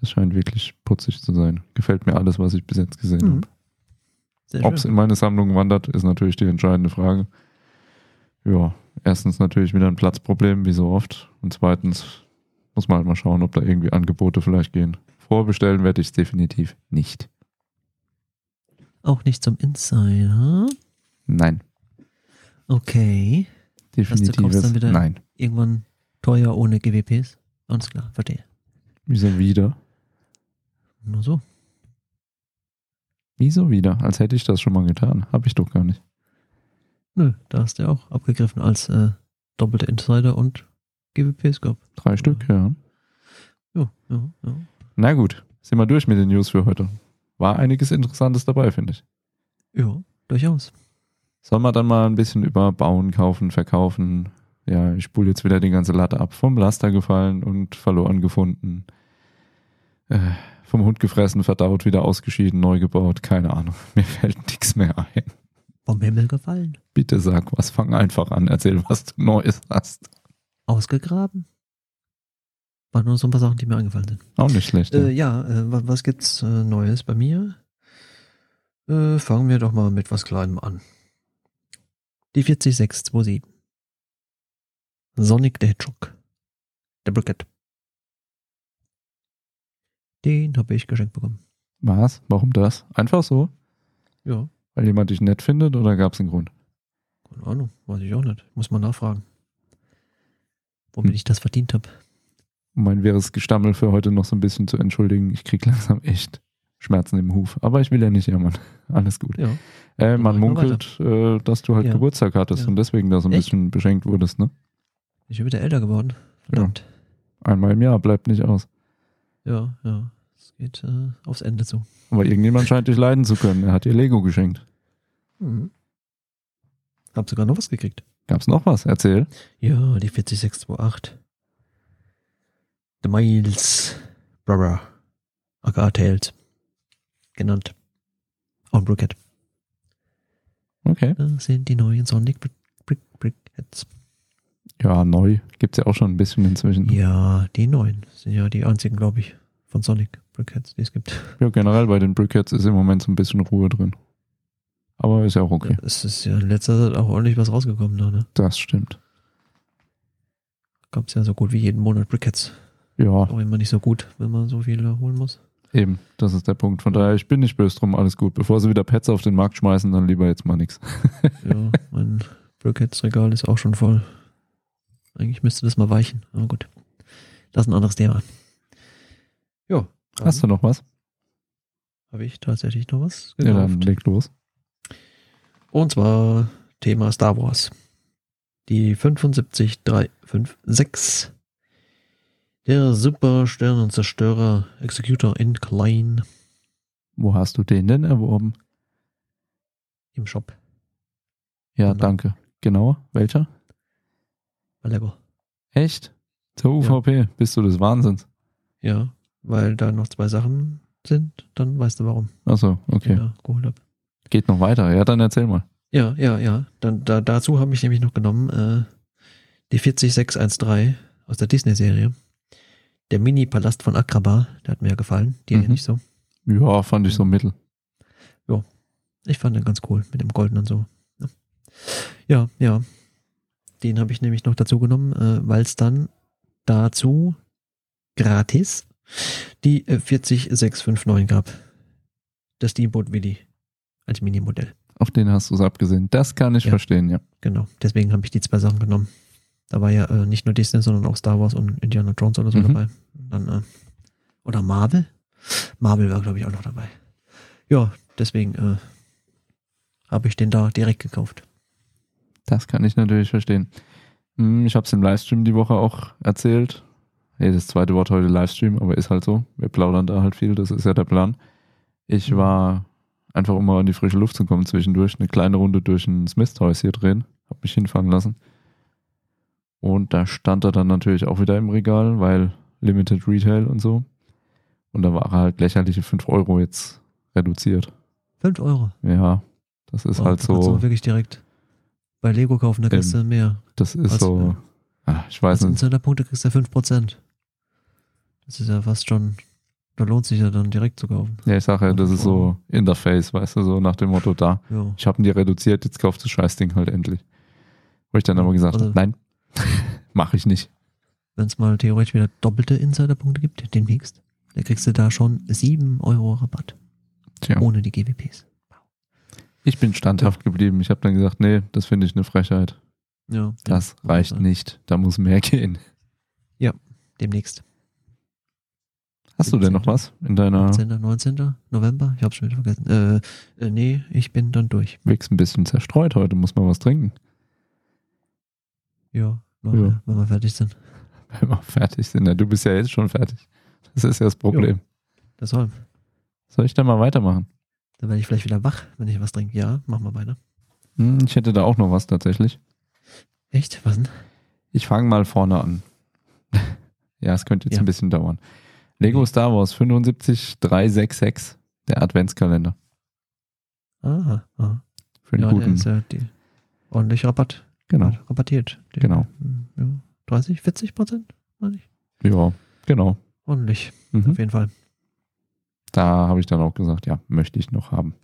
Das scheint wirklich putzig zu sein. Gefällt mir alles, was ich bis jetzt gesehen habe. Mhm. Sehr Ob es schön. in meine Sammlung wandert, ist natürlich die entscheidende Frage. Ja, erstens natürlich wieder ein Platzproblem, wie so oft. Und zweitens muss man halt mal schauen, ob da irgendwie Angebote vielleicht gehen. Vorbestellen werde ich es definitiv nicht. Auch nicht zum Insider. Nein, Okay. du kaufst definitives dann wieder- Nein. Irgendwann teuer ohne GWPs. Alles klar, verstehe. Wieso wieder? Nur so. Wieso wieder? Als hätte ich das schon mal getan. Habe ich doch gar nicht. Nö, da hast du ja auch abgegriffen als äh, doppelte Insider und GWPs gab. Drei Stück, ja. Ja, ja, ja. Na gut, sind wir durch mit den News für heute. War einiges Interessantes dabei, finde ich. Ja, durchaus. Soll man dann mal ein bisschen über Bauen, Kaufen, Verkaufen? Ja, ich spule jetzt wieder die ganze Latte ab. Vom Laster gefallen und verloren gefunden. Äh, vom Hund gefressen, verdaut, wieder ausgeschieden, neu gebaut. Keine Ahnung. (laughs) Mir fällt nichts mehr ein. Vom Himmel gefallen. Bitte sag was. Fang einfach an. Erzähl, was du Neues hast. Ausgegraben. Waren nur so ein paar Sachen, die mir angefallen sind. Auch nicht schlecht. Äh, ja, äh, was, was gibt's äh, Neues bei mir? Äh, fangen wir doch mal mit was Kleinem an. Die 40627. Sonic the Hedgehog. Der Bricket. Den habe ich geschenkt bekommen. was? Warum das? Einfach so? Ja. Weil jemand dich nett findet oder gab es einen Grund? Keine Ahnung, weiß ich auch nicht. Muss mal nachfragen. Womit ich das verdient habe. Um mein wirres Gestammel für heute noch so ein bisschen zu entschuldigen, ich krieg langsam echt Schmerzen im Huf. Aber ich will ja nicht jammern. (laughs) Alles gut. Ja. Äh, man machen wir munkelt, äh, dass du halt Ja. Geburtstag hattest Ja. und deswegen da so ein Echt? bisschen beschenkt wurdest, ne? Ich bin wieder älter geworden. Verdammt. Einmal im Jahr, bleibt nicht aus. Ja, ja. Es geht äh, aufs Ende zu. Aber irgendjemand scheint dich leiden zu können. Er hat dir Lego geschenkt. Mhm. Hab sogar noch was gekriegt. Gab's noch was? Erzähl. Ja, die 40628. The Miles Brother. aka Tails. Genannt. Und Brickhead. Okay. Das sind die neuen Sonic Brick, Brick, Brickheads. Ja, neu. Gibt's ja auch schon ein bisschen Mhm. inzwischen. Ja, die neuen. Sind ja die einzigen, glaube ich, von Sonic Brickheads, die es gibt. Ja, generell bei den Brickheads ist im Moment so ein bisschen Ruhe drin. Aber ist ja auch okay. Ja, es ist ja in letzter Zeit auch ordentlich was rausgekommen da, ne? Das stimmt. Gab es ja so gut wie jeden Monat Brickheads. Ja, Auch immer nicht so gut, wenn man so viele holen muss. eben. Das ist der Punkt. Von daher, ich bin nicht böse drum. Alles gut. Bevor sie wieder Pets auf den Markt schmeißen, dann lieber jetzt mal nichts. (laughs) Ja, mein Brickheads-Regal ist auch schon voll. Eigentlich müsste das mal weichen, aber gut. Das ist ein anderes Thema. Ja, Hast du noch was? habe ich tatsächlich noch was Ja, dann gekauft. leg los. Und zwar Thema Star Wars. Die 75356. Der Super Sternenzerstörer Executor in Klein Wo hast du den denn erworben? im Shop. Ja, Genau. danke. Genau. Welcher? Bei Lego. Echt? Zur UVP. Bist du des Wahnsinns? Ja, weil da noch zwei Sachen sind, dann weißt du warum. Achso, ich den okay. da geholt habe. Geht noch weiter. Ja, dann erzähl mal. Ja, ja, ja. Dann, da, dazu habe ich nämlich noch genommen äh, die 40613 aus der Disney-Serie. Der Mini-Palast von Agrabah, der hat mir ja gefallen. Dir ja Mhm. nicht so. Ja, fand ich so mittel. Ich fand den ganz cool mit dem Golden und so. Ja, ja. ja. Den habe ich nämlich noch dazu genommen, äh, weil es dann dazu gratis die äh, 40659 gab. Das Steamboat Willy als Minimodell. Auf den hast du es abgesehen. Das kann ich Ja. verstehen, ja. Genau, deswegen habe ich die zwei Sachen genommen. Da war ja äh, nicht nur Disney, sondern auch Star Wars und Indiana Jones oder so Mhm. dabei. Dann, äh, oder Marvel. Marvel war, glaube ich, auch noch dabei. Ja, deswegen äh, habe ich den da direkt gekauft. Das kann ich natürlich verstehen. Hm, Ich habe es im Livestream die Woche auch erzählt. Nee, das zweite Wort heute Livestream, aber ist halt so. Wir plaudern da halt viel, das ist ja der Plan. Ich war einfach, um mal in die frische Luft zu kommen, zwischendurch eine kleine Runde durch ein Smith-Toys hier drehen. Hab mich hinfahren lassen. Und da stand er dann natürlich auch wieder im Regal, weil Limited Retail und so. Und da war er halt lächerliche 5 Euro jetzt reduziert. Fünf Euro. Ja, das ist Wow, halt da kannst du so. wirklich direkt bei Lego kaufen, da kriegst du mehr. Das ist was- so. Ach, ich weiß Als nicht. Insiderpunkte kriegst du ja 5%. Das ist ja fast schon, da lohnt sich ja dann direkt zu kaufen. Ja, ich sage ja, das ist Oh. so Interface, weißt du, so nach dem Motto, da, Ja. ich habe ihn dir reduziert, jetzt kaufst du das Scheißding halt endlich. Wo ich dann aber gesagt Also- habe, nein, (laughs) mache ich nicht. wenn es mal theoretisch wieder doppelte Insiderpunkte gibt, demnächst, dann kriegst du da schon 7 Euro Rabatt Tja, ohne die GWPs. ich bin standhaft geblieben. Ich habe dann gesagt, nee, das finde ich eine Frechheit. Ja, Das ja, reicht ja. nicht. Da muss mehr gehen. Demnächst. Hast du denn noch was in deiner 18. 19. November? Ich hab's schon wieder vergessen. Äh, äh, nee, ich bin dann durch. Wegs ein bisschen zerstreut heute? Muss man was trinken, (laughs) Ja, wenn, Ja. Wir, wenn wir fertig sind. wenn wir fertig sind. Ja, du bist ja jetzt schon fertig. Das ist ja das Problem. Deshalb. Soll ich da mal weitermachen? Dann werde ich vielleicht wieder wach, wenn ich was trinke. Ja, mach mal weiter. Hm, ich hätte da auch noch was tatsächlich. Echt? Was denn? Ich fange mal vorne an. (laughs) ja, es könnte jetzt Ja. ein bisschen dauern. Lego Okay. Star Wars 75366, der Adventskalender. Aha. aha. Für einen Ja, der guten. ist ja die, ordentlich Rabatt. genau. Rabattiert. Den- Genau. Ja, 30, 40 Prozent? Meine ich. Ja, genau. Ordentlich. Auf Mhm. jeden Fall. Da habe ich dann auch gesagt, ja, möchte ich noch haben.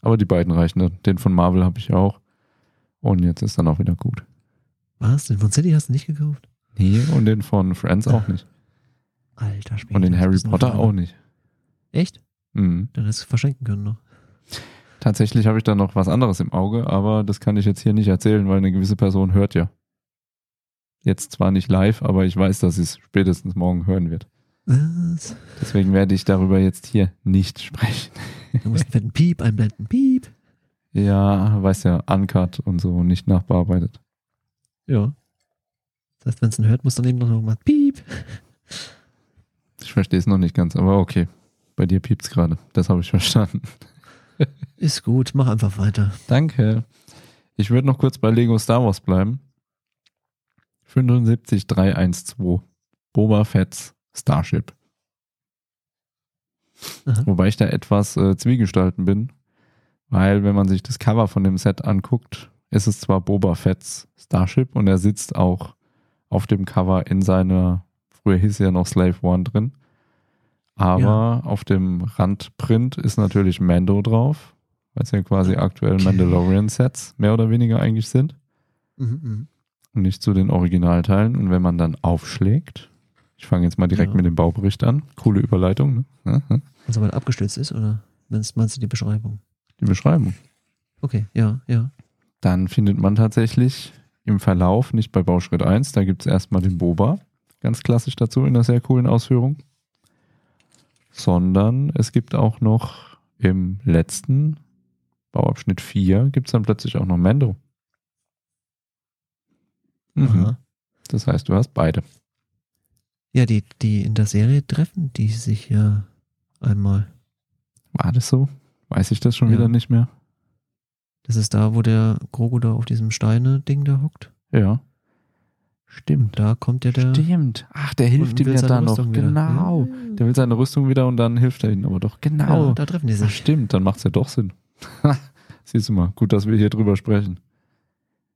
Aber die beiden reichen dann. Den von Marvel habe ich auch. Und jetzt ist dann auch wieder gut. Was? Den von City hast du nicht gekauft? Nee, und den von Friends auch nicht. Alter Schwede. Und den das Harry ist eine Potter Frage. auch nicht. Echt? Mhm. Dann hättest du verschenken können noch. Tatsächlich habe ich da noch was anderes im Auge, aber das kann ich jetzt hier nicht erzählen, weil eine gewisse Person hört ja. Jetzt zwar nicht live, aber ich weiß, dass sie es spätestens morgen hören wird. Was? Deswegen werde ich darüber jetzt hier nicht sprechen. (laughs) Du musst einen fetten Piep einblenden. Piep. Ja, weiß ja, uncut und so, nicht nachbearbeitet. Ja. Das heißt, wenn es ihn hört, muss dann eben noch mal Piep. Ich verstehe es noch nicht ganz, aber okay. Bei dir piept's gerade. Das habe ich verstanden. (laughs) Ist gut, mach einfach weiter. Danke. Ich würde noch kurz bei Lego Star Wars bleiben. 75312. Boba Fett's Starship. Aha. Wobei ich da etwas äh, zwiegestalten bin, weil wenn man sich das Cover von dem Set anguckt, ist es zwar Boba Fett's Starship und er sitzt auch auf dem Cover in seiner, früher hieß er ja noch Slave One drin, aber auf dem Randprint ist natürlich Mando drauf, weil es ja quasi aktuell Okay. Mandalorian-Sets mehr oder weniger eigentlich sind Mhm, und nicht zu den Originalteilen. Und wenn man dann aufschlägt, ich fange jetzt mal direkt Ja. mit dem Baubericht an. Coole Überleitung, ne? Ja, ja. mhm. Also, weil er abgestürzt ist, oder? Wenn's, meinst du die Beschreibung? Die Beschreibung. Okay, ja, ja. Dann findet man tatsächlich im Verlauf, nicht bei Bauschritt 1, da gibt es erstmal den Boba, ganz klassisch dazu in einer sehr coolen Ausführung, sondern es gibt auch noch im letzten Bauabschnitt 4 gibt es dann plötzlich auch noch Mendo. Mhm. Aha. Das heißt, du hast beide. Ja, die, die in der Serie treffen, die sich ja einmal. War das so? Weiß ich das schon Ja. wieder nicht mehr? Das ist da, wo der Grogu da auf diesem Steine-Ding da hockt. Ja. Und Stimmt. da kommt ja der. Stimmt. Ach, der und hilft ihm will ja seine da noch. Rüstung wieder. Genau. Ja. Der will seine Rüstung wieder und dann hilft er ihnen aber doch. Genau. Ja, da treffen die Ach, sich. stimmt, dann macht es ja doch Sinn. (laughs) Siehst du mal, gut, dass wir hier drüber sprechen.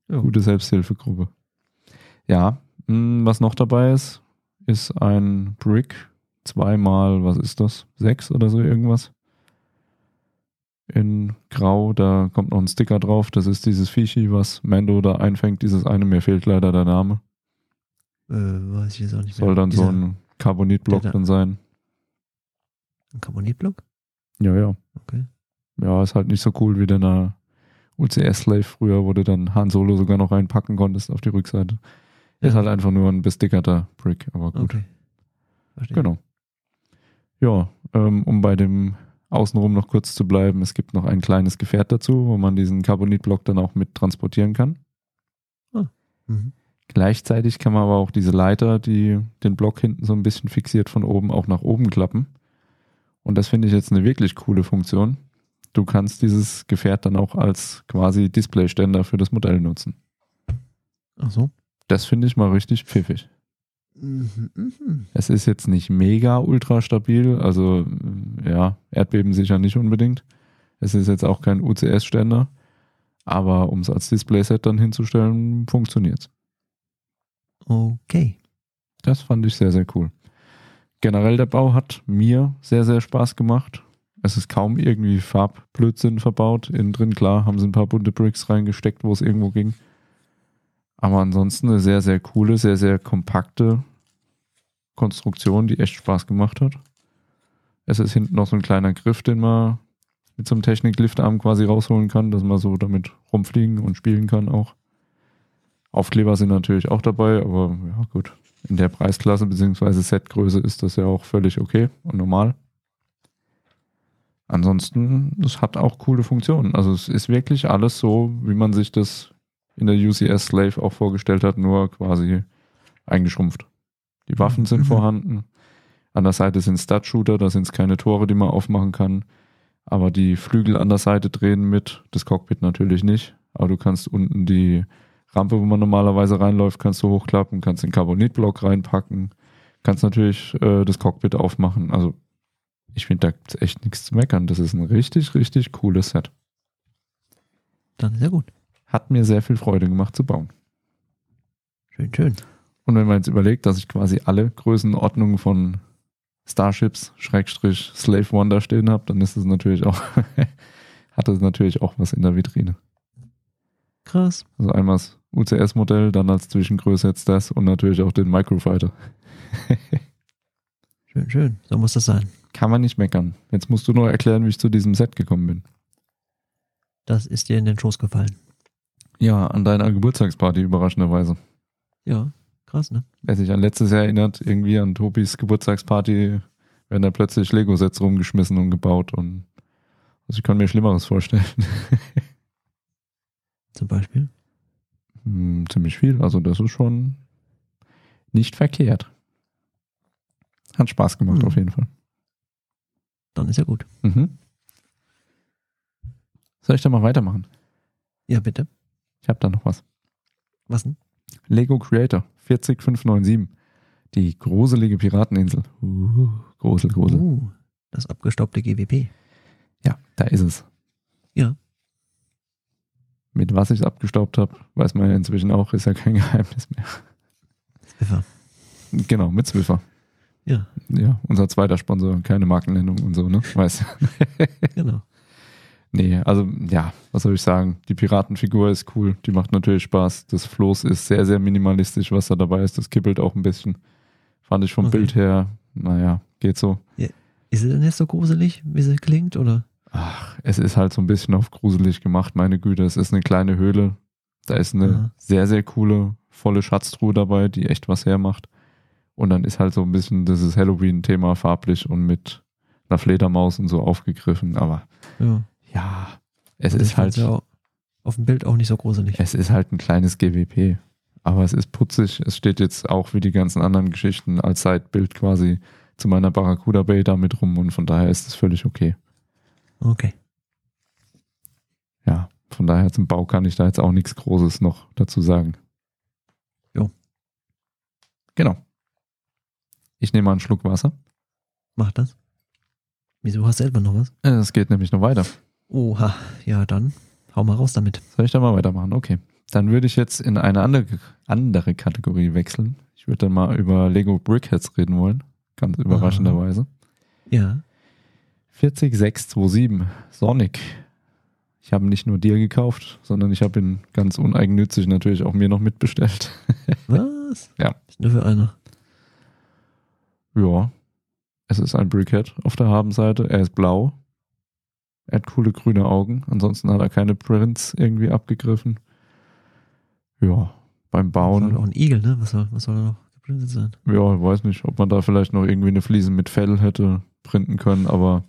Ja. Gute Selbsthilfegruppe. Ja, mh, was noch dabei ist, ist ein Brick. Zweimal, was ist das? Sechs oder so irgendwas. In Grau, da kommt noch ein Sticker drauf. Das ist dieses Fischi, was Mando da einfängt. Dieses eine, mir fehlt leider der Name. Äh, weiß ich jetzt auch nicht mehr. Soll dann so Dieser- ein Carbonitblock der da- dann sein. Ein Carbonitblock? Ja, ja. Okay. Ja, ist halt nicht so cool wie deiner UCS-Slave früher, wo du dann Han Solo sogar noch reinpacken konntest auf die Rückseite. Ist Ja. halt einfach nur ein bestickerter Brick, aber gut. Okay. Verstehe. Genau. Ja, ähm, um bei dem Außenrum noch kurz zu bleiben, es gibt noch ein kleines Gefährt dazu, wo man diesen Carbonitblock dann auch mit transportieren kann. Mhm. Gleichzeitig kann man aber auch diese Leiter, die den Block hinten so ein bisschen fixiert von oben, auch nach oben klappen. Und das finde ich jetzt eine wirklich coole Funktion. Du kannst dieses Gefährt dann auch als quasi Displayständer für das Modell nutzen. Ach so. Das finde ich mal richtig pfiffig. Mhm, mhm. Es ist jetzt nicht mega ultra stabil, also äh, ja, Erdbeben sicher nicht unbedingt. Es ist jetzt auch kein UCS-Ständer, aber um es als Displayset dann hinzustellen, funktioniert Okay. Das fand ich sehr, sehr cool. Generell der Bau hat mir sehr, sehr Spaß gemacht. Es ist kaum irgendwie Farbblödsinn verbaut. Innen drin, klar, haben sie ein paar bunte Bricks reingesteckt, wo es irgendwo ging. Aber ansonsten eine sehr, sehr coole, sehr, sehr kompakte Konstruktion, die echt Spaß gemacht hat. Es ist hinten noch so ein kleiner Griff, den man mit so einem Technik-Liftarm quasi rausholen kann, dass man so damit rumfliegen und spielen kann auch. Aufkleber sind natürlich auch dabei, aber ja, gut in der Preisklasse beziehungsweise Setgröße ist das ja auch völlig okay und normal. Ansonsten, es hat auch coole Funktionen. Also es ist wirklich alles so, wie man sich das in der UCS Slave auch vorgestellt hat, nur quasi eingeschrumpft. Die Waffen sind Mhm. vorhanden. An der Seite sind Stud-Shooter, da sind es keine Tore, die man aufmachen kann. Aber die Flügel an der Seite drehen mit, das Cockpit natürlich nicht. Aber du kannst unten die Rampe, wo man normalerweise reinläuft, kannst du hochklappen, kannst den Carbonitblock reinpacken, kannst natürlich äh, das Cockpit aufmachen. Also ich finde, da gibt es echt nichts zu meckern. Das ist ein richtig, richtig cooles Set. Dann ist ja gut. Hat mir sehr viel Freude gemacht zu bauen. Schön, schön. Und wenn man jetzt überlegt, dass ich quasi alle Größenordnungen von Starships, Schrägstrich, Slave One da stehen habe, dann ist es natürlich auch, (laughs) hat es natürlich auch was in der Vitrine. Krass. Also einmal das UCS-Modell, dann als Zwischengröße jetzt das und natürlich auch den Microfighter. Schön, schön. So muss das sein. Kann man nicht meckern. Jetzt musst du nur erklären, wie ich zu diesem Set gekommen bin. Das ist dir in den Schoß gefallen. Ja, an deiner Geburtstagsparty überraschenderweise. Ja, krass, ne? Wer sich an letztes Jahr erinnert, irgendwie an Tobis Geburtstagsparty werden da plötzlich Lego-Sets rumgeschmissen und gebaut und also ich kann mir Schlimmeres vorstellen. Zum Beispiel. Hm, ziemlich viel, also das ist schon nicht verkehrt. Hat Spaß gemacht Hm. auf jeden Fall. Dann ist ja gut. Mhm. Soll ich da mal weitermachen? Ja, bitte. Ich habe da noch was. Was denn? Lego Creator 40597. Die gruselige Pirateninsel. Uh, grusel, grusel. Uh, das abgestaubte GWP. Ja, da ist es. Ja. Mit was ich es abgestaubt habe, weiß man ja inzwischen auch, ist ja kein Geheimnis mehr. Pfeffer. Genau, mit Zwiffer. (laughs) Ja, Ja, unser zweiter Sponsor, keine Markennennung und so, ne? Weiß. genau. Nee, also ja, was soll ich sagen? Die Piratenfigur ist cool, die macht natürlich Spaß. Das Floß ist sehr, sehr minimalistisch, was da dabei ist. Das kippelt auch ein bisschen. Fand ich vom Okay. Bild her, naja, geht so. Ist sie denn jetzt so gruselig, wie sie klingt? Oder? Ach, es ist halt so ein bisschen auf gruselig gemacht, meine Güte. Es ist eine kleine Höhle. Da ist eine Ja. sehr, sehr coole, volle Schatztruhe dabei, die echt was hermacht. Und dann ist halt so ein bisschen dieses Halloween-Thema farblich und mit einer Fledermaus und so aufgegriffen. Aber Ja. ja, es Also ich ist halt, fand's ja auch auf dem Bild auch nicht so gruselig. es ist halt ein kleines GWP. Aber es ist putzig. Es steht jetzt auch wie die ganzen anderen Geschichten als Sidebild quasi zu meiner Barracuda Bay da mit rum und von daher ist es völlig okay. Okay. ja, von daher zum Bau kann ich da jetzt auch nichts Großes noch dazu sagen. Jo. Genau. Ich nehme mal einen Schluck Wasser. Mach das. Wieso hast du etwa noch was? Äh, Es geht nämlich noch weiter. Oha, ja dann hau mal raus damit. Soll ich da mal weitermachen? Okay. Dann würde ich jetzt in eine andere, andere Kategorie wechseln. Ich würde dann mal über Lego Brickheads reden wollen. Ganz überraschenderweise. Ja, 40627 Sonic. Ich habe ihn nicht nur dir gekauft, sondern ich habe ihn ganz uneigennützig natürlich auch mir noch mitbestellt. was? Ja. Ist nur für einer. Ja. Es ist ein Brickhead auf der Habenseite. Er ist blau. Er hat coole grüne Augen. Ansonsten hat er keine Prints irgendwie abgegriffen. Ja, beim Soll doch Bauen. auch ein Igel, ne? Was soll, was soll da noch geprintet sein? Ja, ich weiß nicht, ob man da vielleicht noch irgendwie eine Fliese mit Fell hätte printen können. Aber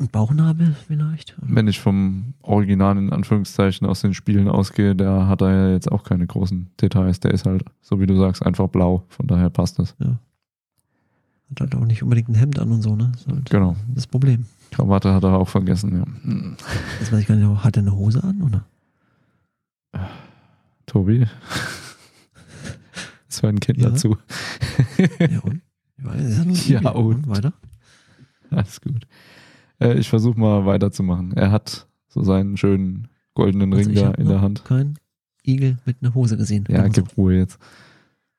Ein Bauchnabel vielleicht? Oder- wenn ich vom Original in Anführungszeichen aus den Spielen ausgehe, da hat er ja jetzt auch keine großen Details. Der ist halt, so wie du sagst, einfach blau. Von daher passt das. Hat halt auch nicht unbedingt ein Hemd an und so, ne? Ist halt Genau. das Problem. Krawatte hat er auch vergessen, ja. Jetzt weiß ich gar nicht, hat er eine Hose (laughs) an, oder? (laughs) Tobi. Es hören Kinder Ja. zu. Ja, und? Ich weiß, ist ja, nur ein Ja, Igel. und? Weiter? Alles gut. Äh, ich versuche mal weiterzumachen. Er hat so seinen schönen goldenen Also Ring ich da hab in der noch Hand. Kein Igel mit einer Hose gesehen. Ja, Oder so. gib Ruhe jetzt.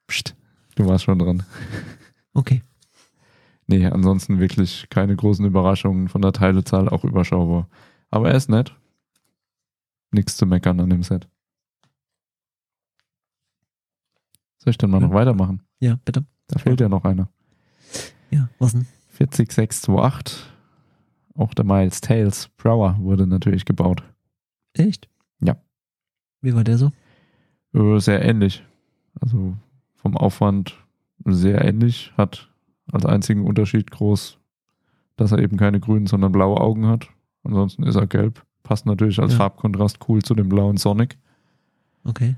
Psst, du warst schon dran. Okay. Nee, ansonsten wirklich keine großen Überraschungen von der Teilezahl, auch überschaubar. Aber er ist nett. Nichts zu meckern an dem Set. Soll ich dann mal Ja. noch weitermachen? Ja, bitte. Da fehlt ja noch einer. Ja, was denn? 40628. Auch der Miles Tails Brower wurde natürlich gebaut. Echt? Ja. Wie war der so? Äh, Sehr ähnlich. Also vom Aufwand sehr ähnlich. Hat als einzigen Unterschied groß, dass er eben keine grünen, sondern blaue Augen hat. Ansonsten ist er gelb. Passt natürlich als Ja. Farbkontrast cool zu dem blauen Sonic. Okay.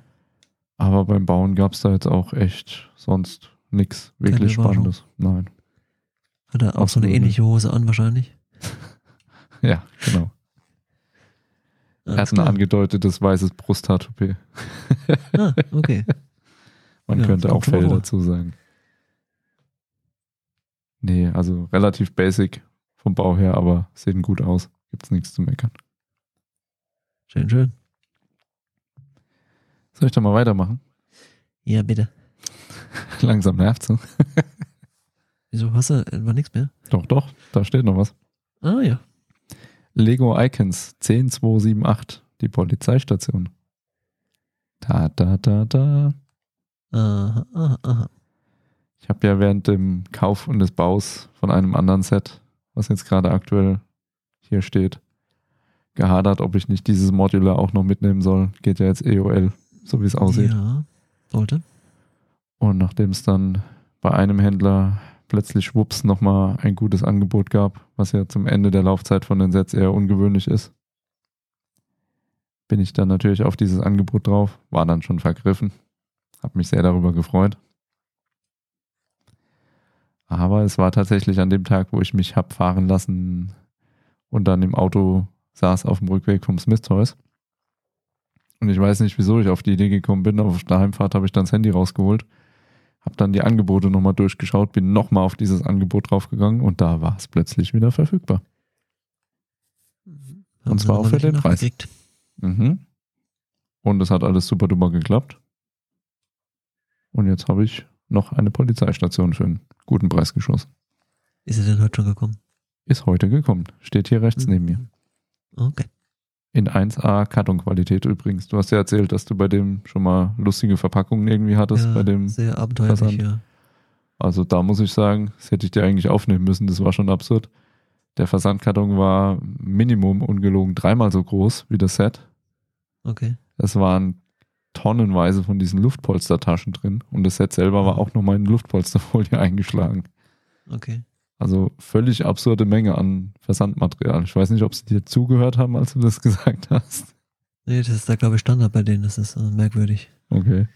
Aber beim Bauen gab es da jetzt auch echt sonst nichts wirklich Überraschung. Spannendes. Nein. (laughs) Hat er auch so eine Absolut, ne? ähnliche Hose an wahrscheinlich? Ja, genau. Er Alles hat ein klar. angedeutetes weißes Brusttattoo. Ah, okay. Man Ja, könnte das auch kommt schon Fell mal vor. dazu sagen. Nee, also relativ basic vom Bau her, aber sehen gut aus. Gibt's nichts zu meckern. Schön, schön. Soll ich da mal weitermachen? (laughs) Ja, bitte. Langsam nervt's. Ne? Wieso hast du etwa nichts mehr? Doch, doch, da steht noch was. Ah ja. Lego Icons 10278, die Polizeistation. Da, da, da, da. Aha, aha, aha. Ich habe ja während dem Kauf und des Baus von einem anderen Set, was jetzt gerade aktuell hier steht, gehadert, ob ich nicht dieses Modular auch noch mitnehmen soll. Geht ja jetzt EOL, so wie es aussieht. Ja, sollte. Und nachdem es dann bei einem Händler plötzlich schwupps nochmal ein gutes Angebot gab, was ja zum Ende der Laufzeit von den Sets eher ungewöhnlich ist, bin ich dann natürlich auf dieses Angebot drauf, war dann schon vergriffen, habe mich sehr darüber gefreut. Aber es war tatsächlich an dem Tag, wo ich mich hab fahren lassen und dann im Auto saß auf dem Rückweg vom Smith Toys. Und ich weiß nicht, wieso ich auf die Idee gekommen bin, aber auf der Heimfahrt habe ich dann das Handy rausgeholt habe dann die Angebote nochmal durchgeschaut, bin nochmal auf dieses Angebot draufgegangen und da war es plötzlich wieder verfügbar. Haben Und sie zwar noch auch mal für nicht den Preis. nachgekriegt. Mhm. Und es hat alles super duper geklappt. Und jetzt habe ich noch eine Polizeistation für einen guten Preis geschossen. Ist er denn heute schon gekommen? Ist heute gekommen. Steht hier rechts Mhm. neben mir. Okay. In 1A Kartonqualität übrigens. Du hast ja erzählt, dass du bei dem schon mal lustige Verpackungen irgendwie hattest. ja, bei dem. sehr abenteuerlich, Versand. ja. Also da muss ich sagen, das hätte ich dir eigentlich aufnehmen müssen. Das war schon absurd. Der Versandkarton war Minimum ungelogen dreimal so groß wie das Set. Okay. Es waren tonnenweise von diesen Luftpolstertaschen drin und das Set selber war auch nochmal in Luftpolsterfolie (laughs) eingeschlagen. Okay. Also völlig absurde Menge an Versandmaterial. Ich weiß nicht, ob sie dir zugehört haben, als du das (laughs) gesagt hast. Nee, das ist da, glaube ich, Standard bei denen. Das ist äh, merkwürdig. Okay.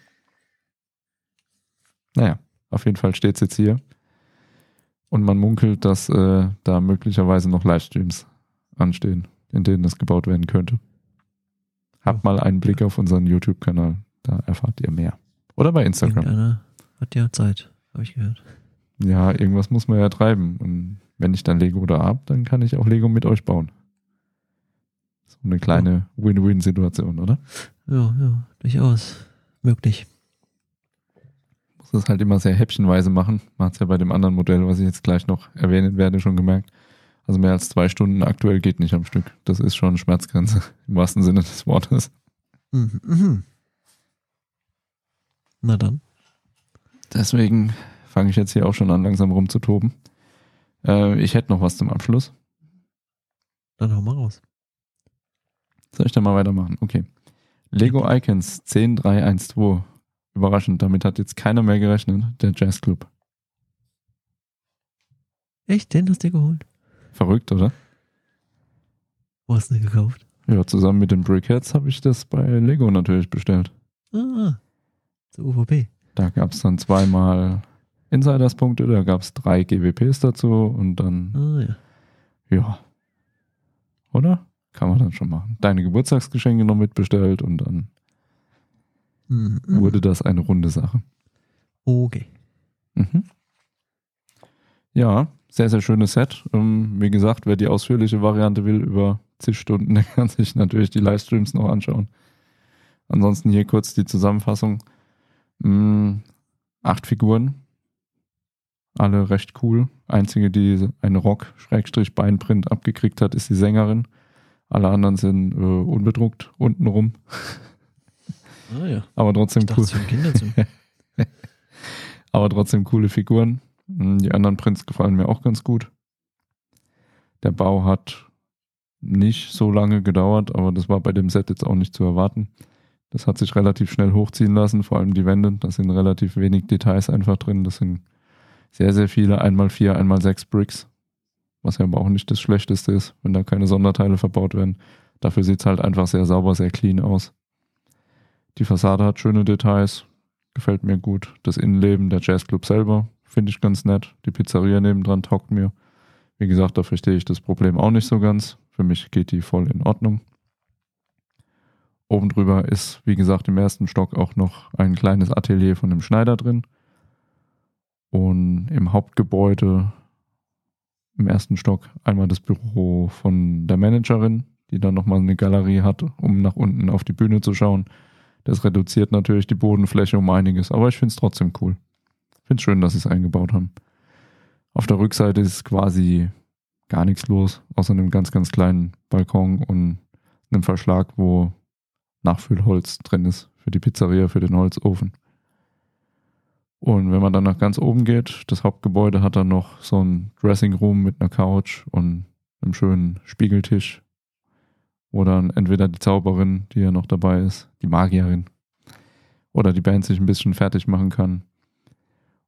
Naja, auf jeden Fall steht es jetzt hier. Und man munkelt, dass äh, da möglicherweise noch Livestreams anstehen, in denen das gebaut werden könnte. Habt mal einen Blick auf unseren YouTube-Kanal, da erfahrt ihr mehr. Oder bei Instagram. Irgendeiner hat ja Zeit, habe ich gehört. Ja, irgendwas muss man ja treiben. Und wenn ich dann Lego da hab, dann kann ich auch Lego mit euch bauen. So eine kleine Win-Win-Situation, oder? Ja, ja, durchaus. Möglich. Muss das halt immer sehr häppchenweise machen. Man hat's ja bei dem anderen Modell, was ich jetzt gleich noch erwähnen werde, schon gemerkt. Also mehr als zwei Stunden aktuell geht nicht am Stück. Das ist schon Schmerzgrenze (laughs) im wahrsten Sinne des Wortes. Mhm, mhm. Na dann. Deswegen fange ich jetzt hier auch schon an, langsam rumzutoben. Äh, ich hätte noch was zum Abschluss. Dann hau mal raus. Soll ich da mal weitermachen? Okay. Lego Icons 10312. Überraschend, damit hat jetzt keiner mehr gerechnet, der Jazzclub. Echt? Den hast du dir geholt? Verrückt, oder? Wo hast du den gekauft? Ja, zusammen mit den Brickheads habe ich das bei Lego natürlich bestellt. Ah, zur UVP. Da gab es dann zweimal Insiders-Punkte, da gab es drei GWPs dazu und dann, Ah, ja. ja. Oder? Kann man dann schon machen. Deine Geburtstagsgeschenke noch mitbestellt und dann Mhm, mhm. wurde das eine runde Sache. Okay. Mhm. Ja, sehr, sehr schönes Set. Ähm, wie gesagt, wer die ausführliche Variante will, über zig Stunden, (laughs) der kann sich natürlich die Livestreams noch anschauen. Ansonsten hier kurz die Zusammenfassung. Mm, acht Figuren, alle recht cool. Einzige, die einen Rock-Beinprint abgekriegt hat, ist die Sängerin. Alle anderen sind äh, unbedruckt untenrum, Ah, ja. aber trotzdem Ich dachte, cool. es ist für ein Kinderzimmer. aber trotzdem coole Figuren. Mm, Die anderen Prints gefallen mir auch ganz gut. Der Bau hat nicht so lange gedauert, aber das war bei dem Set jetzt auch nicht zu erwarten. Das hat sich relativ schnell hochziehen lassen, vor allem die Wände. Da sind relativ wenig Details einfach drin. Das sind sehr, sehr viele einmal vier, einmal sechs Bricks. Was ja aber auch nicht das Schlechteste ist, wenn da keine Sonderteile verbaut werden. Dafür sieht es halt einfach sehr sauber, sehr clean aus. Die Fassade hat schöne Details, gefällt mir gut. Das Innenleben, der Jazzclub selber, finde ich ganz nett. Die Pizzeria nebendran taugt mir. Wie gesagt, da verstehe ich das Problem auch nicht so ganz. Für mich geht die voll in Ordnung. Oben drüber ist, wie gesagt, im ersten Stock auch noch ein kleines Atelier von dem Schneider drin. Und im Hauptgebäude im ersten Stock einmal das Büro von der Managerin, die dann nochmal eine Galerie hat, um nach unten auf die Bühne zu schauen. Das reduziert natürlich die Bodenfläche um einiges, aber ich finde es trotzdem cool. Finde schön, dass sie es eingebaut haben. Auf der Rückseite ist quasi gar nichts los, außer einem ganz, ganz kleinen Balkon und einem Verschlag, wo Nachfüllholz drin ist für die Pizzeria, für den Holzofen. Und wenn man dann nach ganz oben geht, das Hauptgebäude hat dann noch so einen Dressing Room mit einer Couch und einem schönen Spiegeltisch Oder entweder die Zauberin, die ja noch dabei ist, die Magierin. Oder die Band sich ein bisschen fertig machen kann.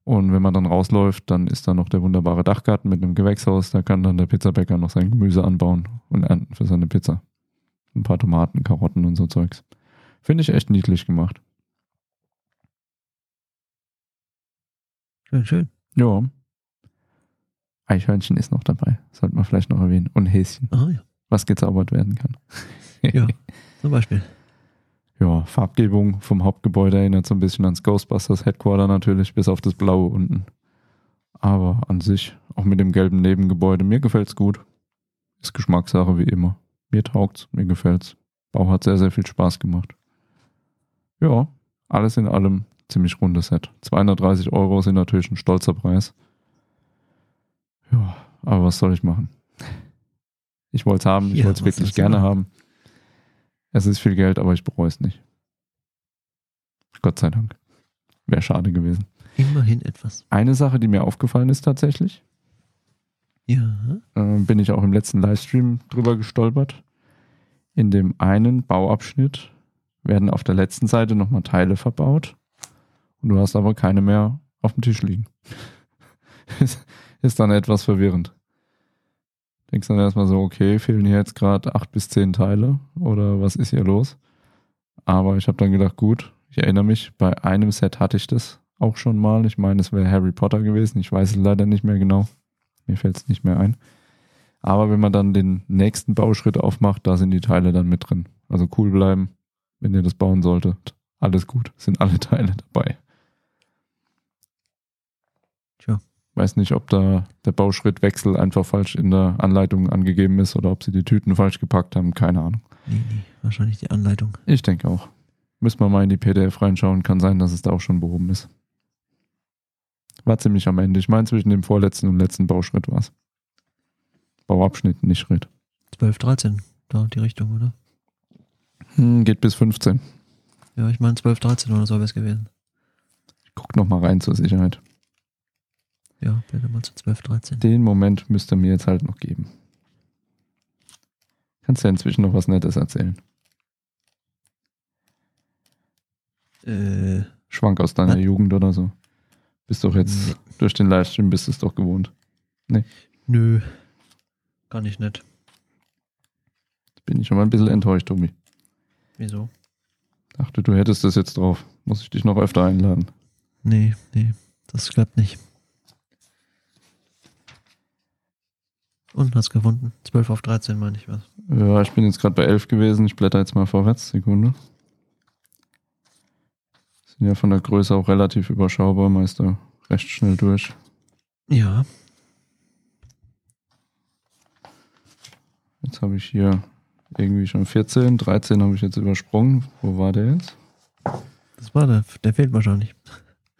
Und wenn man dann rausläuft, dann ist da noch der wunderbare Dachgarten mit einem Gewächshaus. Da kann dann der Pizzabäcker noch sein Gemüse anbauen und ernten für seine Pizza. Ein paar Tomaten, Karotten und so Zeugs. Finde ich echt niedlich gemacht. Ja, schön. Ja. Eichhörnchen ist noch dabei. Sollte man vielleicht noch erwähnen. Und Häschen, Ah ja. was gezaubert werden kann. (laughs) Ja. Zum Beispiel. Ja, Farbgebung vom Hauptgebäude erinnert so ein bisschen ans Ghostbusters Headquarter natürlich, bis auf das Blaue unten. Aber an sich, auch mit dem gelben Nebengebäude, mir gefällt's gut. Ist Geschmackssache wie immer. Mir taugt's, mir gefällt's. Bau hat sehr, sehr viel Spaß gemacht. Ja, alles in allem ziemlich rundes Set. 230 Euro sind natürlich ein stolzer Preis. Ja, aber was soll ich machen? Ich wollt's haben, ich Ja, wollt's was wirklich sollst du gerne machen? haben. Es ist viel Geld, aber ich bereue es nicht. Gott sei Dank. Wäre schade gewesen. Immerhin etwas. Eine Sache, die mir aufgefallen ist tatsächlich, Ja. äh, bin ich auch im letzten Livestream drüber gestolpert. In dem einen Bauabschnitt werden auf der letzten Seite nochmal Teile verbaut und du hast aber keine mehr auf dem Tisch liegen. (laughs) ist dann etwas verwirrend. Denkst dann erstmal so, okay, fehlen hier jetzt gerade acht bis zehn Teile oder was ist hier los? Aber ich habe dann gedacht, gut, ich erinnere mich, bei einem Set hatte ich das auch schon mal. Ich meine, es wäre Harry Potter gewesen. Ich weiß es leider nicht mehr genau. Mir fällt es nicht mehr ein. Aber wenn man dann den nächsten Bauschritt aufmacht, da sind die Teile dann mit drin. Also cool bleiben, wenn ihr das bauen solltet. Alles gut, sind alle Teile dabei. Tja. Weiß nicht, ob da der Bauschrittwechsel einfach falsch in der Anleitung angegeben ist oder ob sie die Tüten falsch gepackt haben, keine Ahnung. Nee, nee. Wahrscheinlich die Anleitung. Ich denke auch. Müssen wir mal in die PDF reinschauen, kann sein, dass es da auch schon behoben ist. War ziemlich am Ende. Ich meine, zwischen dem vorletzten und letzten Bauschritt war es. Bauabschnitt, nicht Schritt. 12, 13. Da die Richtung, oder? Hm, geht bis 15. Ja, ich meine 12, 13 oder so wäre es gewesen. Ich guck noch mal rein zur Sicherheit. Ja, blätter mal zu 12, 13. Den Moment müsst ihr mir jetzt halt noch geben. Kannst ja inzwischen noch was Nettes erzählen. Äh, Schwank aus deiner Was? Jugend oder so. Bist doch jetzt durch den Livestream bist du es doch gewohnt. nö. Kann ich nicht. Jetzt bin ich schon mal ein bisschen enttäuscht, Tobi. Wieso? Dachte, du hättest das jetzt drauf. Muss ich dich noch öfter einladen. Nee, nee. Das klappt nicht. Und hast gefunden. 12 auf 13 meine ich was. Ja, ich bin jetzt gerade bei 11 gewesen. Ich blätter jetzt mal vorwärts. Sekunde. Sind ja von der Größe auch relativ überschaubar. Meist da recht schnell durch. Ja. Jetzt habe ich hier irgendwie schon 14, 13 habe ich jetzt übersprungen. Wo war der jetzt? Das war der. Der fehlt wahrscheinlich.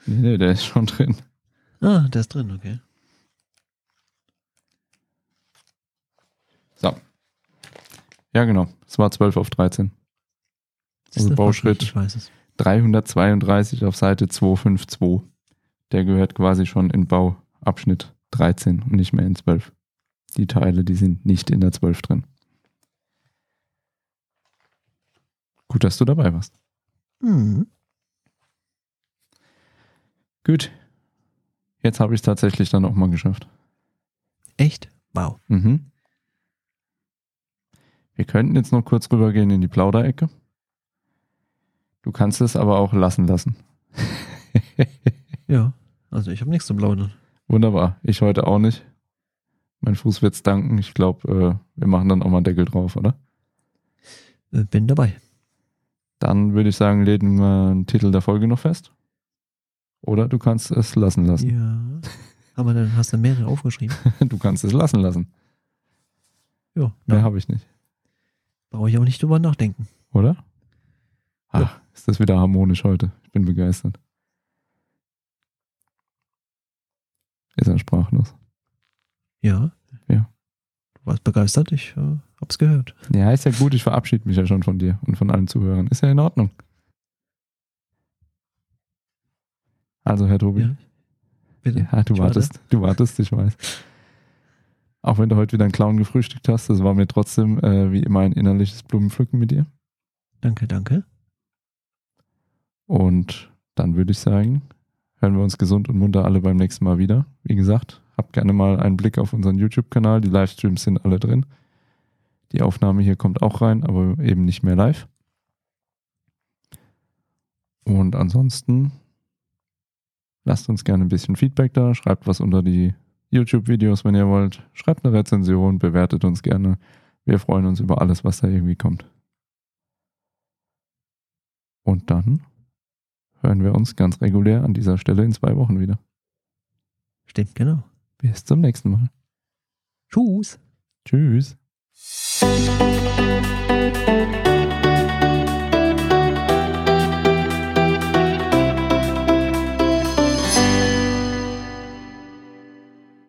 Nee, nee, der ist schon drin. Ah, der ist drin, okay. So. Ja, genau. Es war 12 auf 13. Das ist Also eine Bauschritt. Fachrichtung, Ich weiß es. 332 auf Seite 252. Der gehört quasi schon in Bauabschnitt 13 und nicht mehr in 12. Die Teile, die sind nicht in der 12 drin. Gut, dass du dabei warst. Mhm. Gut. Jetzt habe ich es tatsächlich dann auch mal geschafft. Echt? Wow. Mhm. Wir könnten jetzt noch kurz rübergehen in die Plauderecke. Du kannst es aber auch lassen lassen. Ja. Also ich habe nichts zu plaudern. Wunderbar. Ich heute auch nicht. Mein Fuß wird's danken. Ich glaube, äh, wir machen dann auch mal einen Deckel drauf, oder? Äh, Bin dabei. Dann würde ich sagen, legen wir einen Titel der Folge noch fest. Oder du kannst es lassen lassen. (laughs) Ja. Aber dann hast du mehrere aufgeschrieben. (laughs) Du kannst es lassen lassen. Ja. Mehr Da habe ich nicht, brauche ich auch nicht drüber nachdenken. oder? Ach, ist das wieder harmonisch heute. Ich bin begeistert. Ist er sprachlos? Ja. Ja. Du warst begeistert. Ich äh, hab's gehört. Ja, ist ja gut, ich verabschiede mich ja schon von dir und von allen Zuhörern. Ist ja in Ordnung. Also, Herr Tobi. Ja. Bitte. Ja, du Ich warte. wartest, du wartest, ich weiß. Auch wenn du heute wieder einen Clown gefrühstückt hast, das war mir trotzdem äh, wie immer ein innerliches Blumenpflücken mit dir. Danke, danke. Und dann würde ich sagen, hören wir uns gesund und munter alle beim nächsten Mal wieder. Wie gesagt, habt gerne mal einen Blick auf unseren YouTube-Kanal. Die Livestreams sind alle drin. Die Aufnahme hier kommt auch rein, aber eben nicht mehr live. Und ansonsten lasst uns gerne ein bisschen Feedback da, schreibt was unter die YouTube-Videos, wenn ihr wollt, schreibt eine Rezension, bewertet uns gerne. Wir freuen uns über alles, was da irgendwie kommt. Und dann hören wir uns ganz regulär an dieser Stelle in zwei Wochen wieder. Stimmt, genau. Bis zum nächsten Mal. Tschüss. Tschüss.